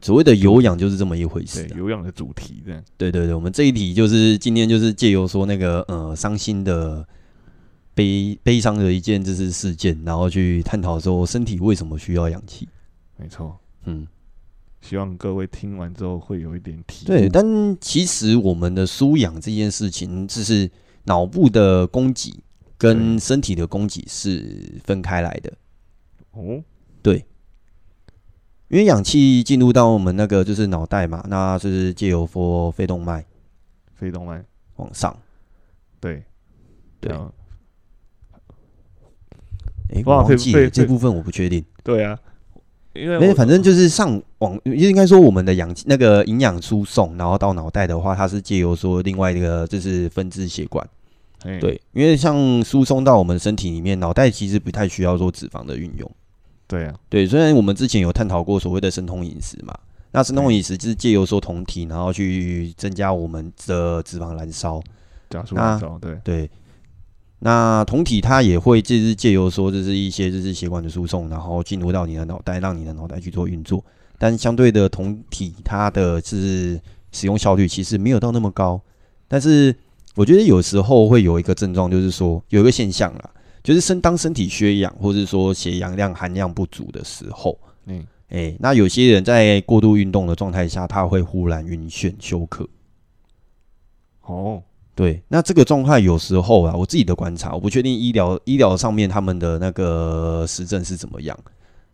[SPEAKER 1] 所谓的有氧就是这么一回事、
[SPEAKER 2] 对
[SPEAKER 1] 啊。
[SPEAKER 2] 有氧的主题这样。
[SPEAKER 1] 对对对，我们这一题就是今天就是借由说那个呃伤心的悲悲伤的一件就是事件，然后去探讨说身体为什么需要氧气。
[SPEAKER 2] 没错，
[SPEAKER 1] 嗯，
[SPEAKER 2] 希望各位听完之后会有一点体
[SPEAKER 1] 对，
[SPEAKER 2] 悟
[SPEAKER 1] 但其实我们的输氧这件事情，就是脑部的供给跟身体的供给是分开来的，
[SPEAKER 2] 哦，
[SPEAKER 1] 因为氧气进入到我们那个就是脑袋嘛，那就是借由说肺动脉
[SPEAKER 2] 肺动脉
[SPEAKER 1] 往上。
[SPEAKER 2] 对
[SPEAKER 1] 对
[SPEAKER 2] 然后
[SPEAKER 1] 诶，
[SPEAKER 2] 哇
[SPEAKER 1] 我忘
[SPEAKER 2] 肺
[SPEAKER 1] 记
[SPEAKER 2] 肺
[SPEAKER 1] 了这
[SPEAKER 2] 肺
[SPEAKER 1] 部分我不确定。
[SPEAKER 2] 对啊，因为
[SPEAKER 1] 没有，
[SPEAKER 2] 我
[SPEAKER 1] 反正就是上网，应该说我们的氧气那个营养输送，然后到脑袋的话，它是借由说另外一个就是分支血管，
[SPEAKER 2] 哎
[SPEAKER 1] 对，因为像输送到我们身体里面，脑袋其实不太需要做脂肪的运用，
[SPEAKER 2] 对啊，
[SPEAKER 1] 对，虽然我们之前有探讨过所谓的生酮饮食嘛，那生酮饮食就是借由说酮体，然后去增加我们的脂肪燃烧，
[SPEAKER 2] 加速
[SPEAKER 1] 那
[SPEAKER 2] 燃烧对
[SPEAKER 1] 对。那酮体它也会就是借由说，就是一些就是血管的输送，然后进入到你的脑袋，让你的脑袋去做运作。但相对的酮体，它的是使用效率其实没有到那么高。但是我觉得有时候会有一个症状，就是说有一个现象啦，就是身当身体缺氧，或是说血氧量含量不足的时候，
[SPEAKER 2] 嗯
[SPEAKER 1] 诶、那有些人在过度运动的状态下，他会忽然晕眩休克。
[SPEAKER 2] 哦
[SPEAKER 1] 对，那这个状态有时候啊，我自己的观察，我不确定医疗医疗上面他们的那个实证是怎么样。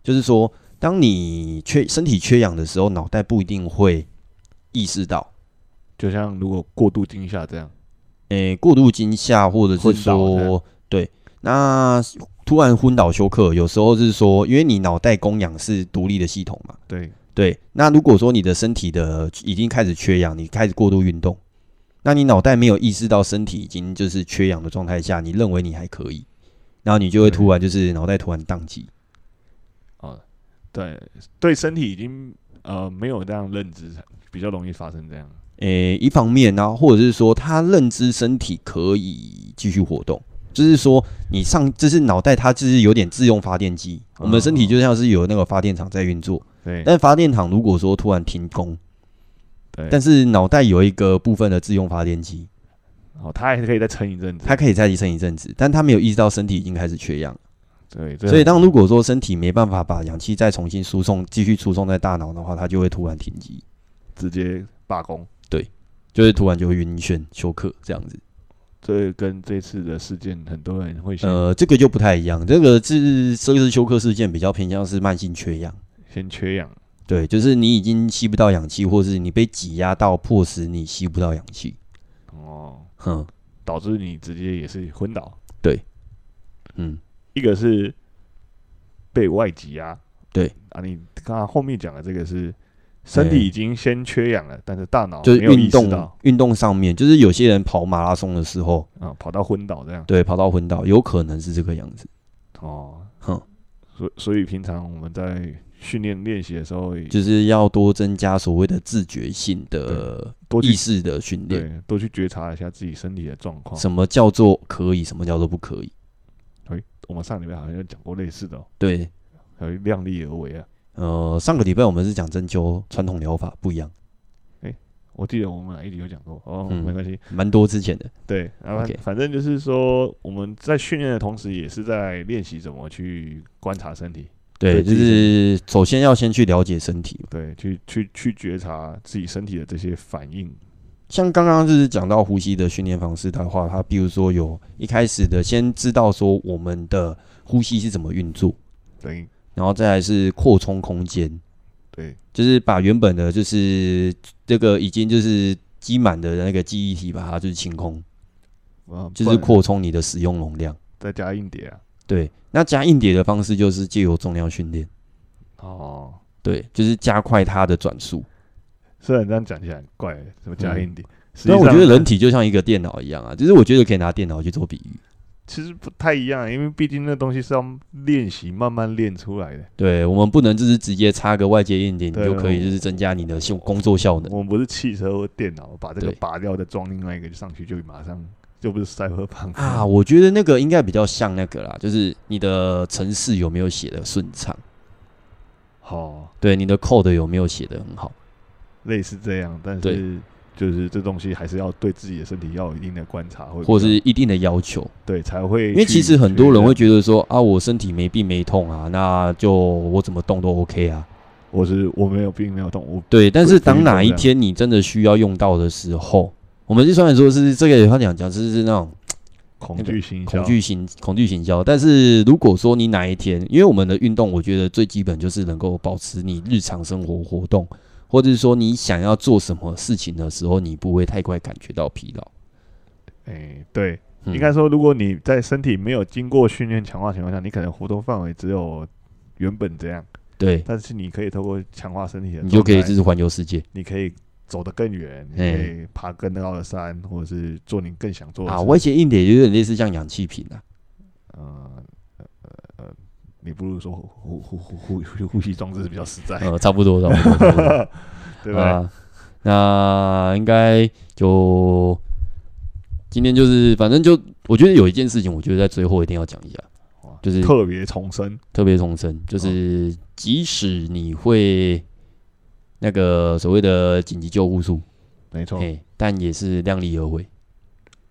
[SPEAKER 1] 就是说，当你缺身体缺氧的时候，脑袋不一定会意识到，
[SPEAKER 2] 就像如果过度惊吓这样
[SPEAKER 1] 诶、过度惊吓或者是
[SPEAKER 2] 昏倒
[SPEAKER 1] 说，对，那突然昏倒休克，有时候是说，因为你脑袋供氧是独立的系统嘛，
[SPEAKER 2] 对
[SPEAKER 1] 对。那如果说你的身体的已经开始缺氧，你开始过度运动，那你脑袋没有意识到身体已经就是缺氧的状态下，你认为你还可以，然后你就会
[SPEAKER 2] 对
[SPEAKER 1] 突然就是脑袋突然宕机。
[SPEAKER 2] 啊对对身体已经呃没有这样认知，比较容易发生这样
[SPEAKER 1] 诶、一方面呢、啊，或者是说他认知身体可以继续活动，就是说你上，就是脑袋它就是有点自用发电机，我们身体就像是有那个发电厂在运作，
[SPEAKER 2] 嗯对
[SPEAKER 1] 但发电厂如果说突然停工，
[SPEAKER 2] 对，
[SPEAKER 1] 但是脑袋有一个部分的自用发电机，
[SPEAKER 2] 哦他还可以再撑一阵子，
[SPEAKER 1] 它可以再提升一阵子，但它没有意识到身体已经开始缺氧，
[SPEAKER 2] 对，啊这
[SPEAKER 1] 所以
[SPEAKER 2] 很
[SPEAKER 1] 当如果说身体没办法把氧气再重新输送，继续输送在大脑的话，它就会突然停机，
[SPEAKER 2] 直接罢工，
[SPEAKER 1] 就是突然就会晕眩休克这样子。
[SPEAKER 2] 这跟这次的事件很多人会先、
[SPEAKER 1] 呃，这个就不太一样，这个是这个是休克事件比较偏向是慢性缺氧，
[SPEAKER 2] 先缺氧，
[SPEAKER 1] 对，就是你已经吸不到氧气，或是你被挤压到迫使你吸不到氧气，
[SPEAKER 2] 哦，
[SPEAKER 1] 哼，
[SPEAKER 2] 导致你直接也是昏倒。
[SPEAKER 1] 嗯，
[SPEAKER 2] 一个是被外挤压，
[SPEAKER 1] 对
[SPEAKER 2] 啊，你刚刚后面讲的这个是身体
[SPEAKER 1] 哎
[SPEAKER 2] 已经先缺氧了，但是大脑
[SPEAKER 1] 就是
[SPEAKER 2] 哦没有
[SPEAKER 1] 运
[SPEAKER 2] 意识
[SPEAKER 1] 动
[SPEAKER 2] 到
[SPEAKER 1] 运动上面，就是有些人跑马拉松的时候，
[SPEAKER 2] 啊，跑到昏倒这样
[SPEAKER 1] 对，跑到昏倒，有可能是这个样子，
[SPEAKER 2] 哦。
[SPEAKER 1] 哼，
[SPEAKER 2] 所所以平常我们在训练练习的时候，
[SPEAKER 1] 就是要多增加所谓的自觉性的
[SPEAKER 2] 多
[SPEAKER 1] 意
[SPEAKER 2] 去
[SPEAKER 1] 识的训练，
[SPEAKER 2] 对哦多去觉察一下自己身体的状况。
[SPEAKER 1] 什么叫做可以，什么叫做不可以，
[SPEAKER 2] 我们上礼拜好像有讲过类似的、哦，
[SPEAKER 1] 对，
[SPEAKER 2] 还有量力而为啊。
[SPEAKER 1] 呃，上个礼拜我们是讲针灸传统疗法不一样，
[SPEAKER 2] 我记得我们哪一集有讲过哦，
[SPEAKER 1] 嗯
[SPEAKER 2] 没关系。
[SPEAKER 1] 蛮多之前的，
[SPEAKER 2] 对，然后
[SPEAKER 1] OK
[SPEAKER 2] 反正就是说我们在训练的同时，也是在练习怎么去观察身体。
[SPEAKER 1] 对，
[SPEAKER 2] 对
[SPEAKER 1] 就
[SPEAKER 2] 自己
[SPEAKER 1] 是首先要先去了解身体嘛，
[SPEAKER 2] 对，去去去觉察自己身体的这些反应，
[SPEAKER 1] 像刚刚就是讲到呼吸的训练方式的话，它比如说有一开始的先知道说我们的呼吸是怎么运作，
[SPEAKER 2] 对
[SPEAKER 1] 然后再来是扩充空间，
[SPEAKER 2] 对
[SPEAKER 1] 就是把原本的就是这个已经就是积满的那个记忆体，把它就是清空，
[SPEAKER 2] 啊，
[SPEAKER 1] 就
[SPEAKER 2] 不
[SPEAKER 1] 是
[SPEAKER 2] 然
[SPEAKER 1] 扩充你的使用容量。
[SPEAKER 2] 再加硬碟啊，
[SPEAKER 1] 对，那加硬碟的方式就是借由重量训练，
[SPEAKER 2] 哦，
[SPEAKER 1] 对，就是加快它的转速。
[SPEAKER 2] 虽然这样讲起来很怪，什么加
[SPEAKER 1] 嗯
[SPEAKER 2] 硬碟，实际
[SPEAKER 1] 但我觉
[SPEAKER 2] 上
[SPEAKER 1] 得人体就像一个电脑一样啊，就是我觉得可以拿电脑去做比喻。
[SPEAKER 2] 其实不太一样，因为毕竟那东西是要练习慢慢练出来的，
[SPEAKER 1] 对我们不能就是直接插个外接硬碟，你
[SPEAKER 2] 对
[SPEAKER 1] 就可以就是增加你的效工作效能。
[SPEAKER 2] 我们不是汽车或电脑，把这个
[SPEAKER 1] 对
[SPEAKER 2] 拔掉再装另外一个就上去就马上就不是 cyberpunk
[SPEAKER 1] 啊，，我觉得那个应该比较像那个啦，就是你的程式有没有写的顺畅，
[SPEAKER 2] 好，
[SPEAKER 1] 对你的 code 有没有写的很好。
[SPEAKER 2] 哦类似这样，但是
[SPEAKER 1] 对
[SPEAKER 2] 就是这东西还是要对自己的身体要有一定的观察，或
[SPEAKER 1] 或是一定的要求，
[SPEAKER 2] 对才会去，
[SPEAKER 1] 因为其实很多人
[SPEAKER 2] 觉
[SPEAKER 1] 会
[SPEAKER 2] 得
[SPEAKER 1] 觉得说啊，我身体没病没痛啊，那就我怎么动都 OK 啊。
[SPEAKER 2] 我是我没有病没有痛，我
[SPEAKER 1] 对，但
[SPEAKER 2] 对
[SPEAKER 1] 是
[SPEAKER 2] 不一
[SPEAKER 1] 当
[SPEAKER 2] 定
[SPEAKER 1] 哪一
[SPEAKER 2] 这样
[SPEAKER 1] 天你真的需要用到的时候，我们就虽然说是这个也要讲讲，就是那种
[SPEAKER 2] 恐
[SPEAKER 1] 那个
[SPEAKER 2] 惧型
[SPEAKER 1] 恐惧型恐惧型销，但是如果说你哪一天，因为我们的运动，我觉得最基本就是能够保持你日常生活活动，或者是说你想要做什么事情的时候，你不会太快感觉到疲 劳。
[SPEAKER 2] 哎、对，
[SPEAKER 1] 嗯
[SPEAKER 2] 应该说，如果你在身体没有经过训练强化情况下，你可能活动范围只有原本这样，
[SPEAKER 1] 对，
[SPEAKER 2] 但是你可以透过强化身体的状态，
[SPEAKER 1] 你就可以就是环游世界。
[SPEAKER 2] 你可以走得更远，你
[SPEAKER 1] 哎
[SPEAKER 2] 可以爬更高的山，或者是做你更想做的
[SPEAKER 1] 啊，
[SPEAKER 2] 事
[SPEAKER 1] 外界硬点有点类似像氧气瓶啊，
[SPEAKER 2] 呃呃呃呃，你不如说呼呼呼呼呼呼吸装置比较实在，
[SPEAKER 1] 呃，差不多，差不多，差不多
[SPEAKER 2] 对不对？
[SPEAKER 1] 啊。那应该就今天就是，反正就我觉得有一件事情，我觉得在最后一定要讲一下，
[SPEAKER 2] 哇
[SPEAKER 1] 就是
[SPEAKER 2] 特别重生，
[SPEAKER 1] 特别重申，就是
[SPEAKER 2] 哦
[SPEAKER 1] 即使你会那个所谓的紧急救护术，
[SPEAKER 2] 没错
[SPEAKER 1] 哎、。但也是量力而为。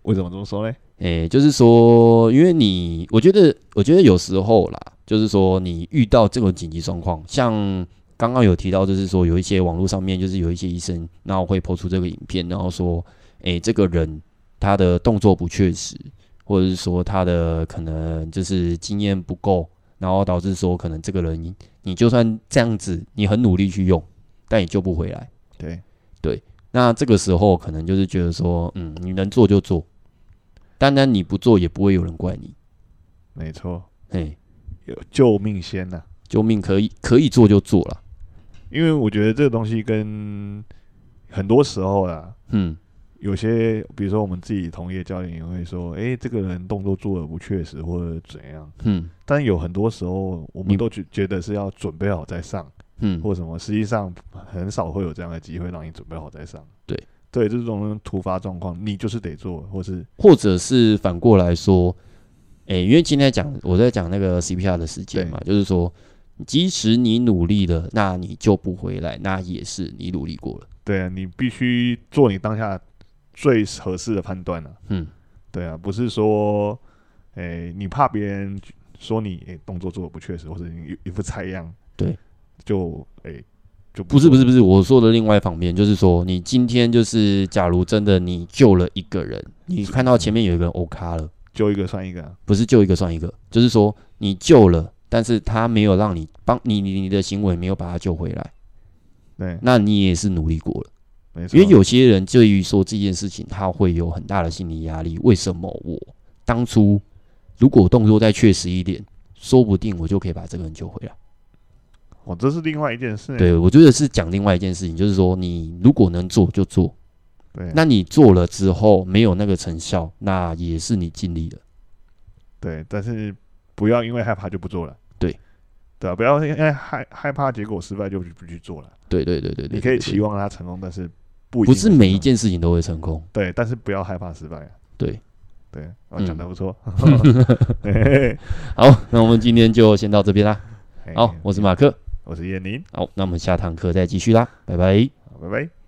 [SPEAKER 2] 为什么这么说呢？
[SPEAKER 1] 诶、就是说，因为你，我觉得，我觉得有时候啦，就是说，你遇到这种紧急状况，像刚刚有提到，就是说，有一些网络上面，就是有一些医生，然后会抛出这个影片，然后说，诶、这个人他的动作不确实，或者是说他的可能就是经验不够，然后导致说，可能这个人你你就算这样子，你很努力去用，但也救不回来。
[SPEAKER 2] 对，
[SPEAKER 1] 那这个时候可能就是觉得说，嗯，你能做就做，当然你不做也不会有人怪你，
[SPEAKER 2] 没错，
[SPEAKER 1] 嘿，
[SPEAKER 2] 有救命先啊呐、
[SPEAKER 1] 救命可以可以做就做了，
[SPEAKER 2] 因为我觉得这个东西跟很多时候啦，
[SPEAKER 1] 嗯，
[SPEAKER 2] 有些，比如说我们自己同业教练也会说，诶，这个人动作做的不确实或者怎样。
[SPEAKER 1] 嗯
[SPEAKER 2] 但有很多时候，我们
[SPEAKER 1] 你
[SPEAKER 2] 都觉觉得是要准备好再上，
[SPEAKER 1] 嗯，
[SPEAKER 2] 或什么，实际上很少会有这样的机会让你准备好再上。
[SPEAKER 1] 对，
[SPEAKER 2] 对，这种突发状况，你就是得做，或是
[SPEAKER 1] 或者是反过来说，诶、因为今天讲我在讲那个 CPR 的时间嘛，就是说，即使你努力了，那你救不回来，那也是你努力过了，
[SPEAKER 2] 对啊，你必须做你当下最合适的判断了、啊。
[SPEAKER 1] 嗯，
[SPEAKER 2] 对啊，不是说，诶、你怕别人说你诶、动作做的不确实，或者你一副菜样，
[SPEAKER 1] 对，
[SPEAKER 2] 就诶、就
[SPEAKER 1] 不是
[SPEAKER 2] 做
[SPEAKER 1] 不是不是，我说的另外一方面就是说，你今天就是假如真的你救了一个人，你看到前面有一个人 O 卡了。
[SPEAKER 2] 就一个算一个啊、
[SPEAKER 1] 不是救一个算一个，就是说你救了，但是他没有让你帮你你你的行为没有把他救回来，
[SPEAKER 2] 对，
[SPEAKER 1] 那你也是努力过了。
[SPEAKER 2] 没错，啊
[SPEAKER 1] 因为有些人对于说这件事情，他会有很大的心理压力。为什么我当初如果动作再确实一点，说不定我就可以把这个人救回来？
[SPEAKER 2] 哦，这是另外一件事欸。
[SPEAKER 1] 对我觉得是讲另外一件事情，就是说你如果能做就做，
[SPEAKER 2] 对，
[SPEAKER 1] 那你做了之后没有那个成效，那也是你尽力了。
[SPEAKER 2] 对，但是不要因为害怕就不做了。
[SPEAKER 1] 对，
[SPEAKER 2] 对啊，不要因为害害怕结果失败就不不去做了。
[SPEAKER 1] 对对对对对，
[SPEAKER 2] 你可
[SPEAKER 1] 对对
[SPEAKER 2] 以期望它成功，但是不一
[SPEAKER 1] 不
[SPEAKER 2] 定
[SPEAKER 1] 是
[SPEAKER 2] 会
[SPEAKER 1] 每一
[SPEAKER 2] 成功啊
[SPEAKER 1] 件事情都会成功。
[SPEAKER 2] 对，但是不要害怕失败啊。
[SPEAKER 1] 对
[SPEAKER 2] 对，我讲
[SPEAKER 1] 嗯
[SPEAKER 2] 的不错。 嘿嘿嘿
[SPEAKER 1] 好，那我们今天就先到这边啦。
[SPEAKER 2] 嘿
[SPEAKER 1] 好，我是马克。
[SPEAKER 2] 我是叶宁，
[SPEAKER 1] 好，那我们下堂课再继续啦，拜拜。
[SPEAKER 2] 好拜拜。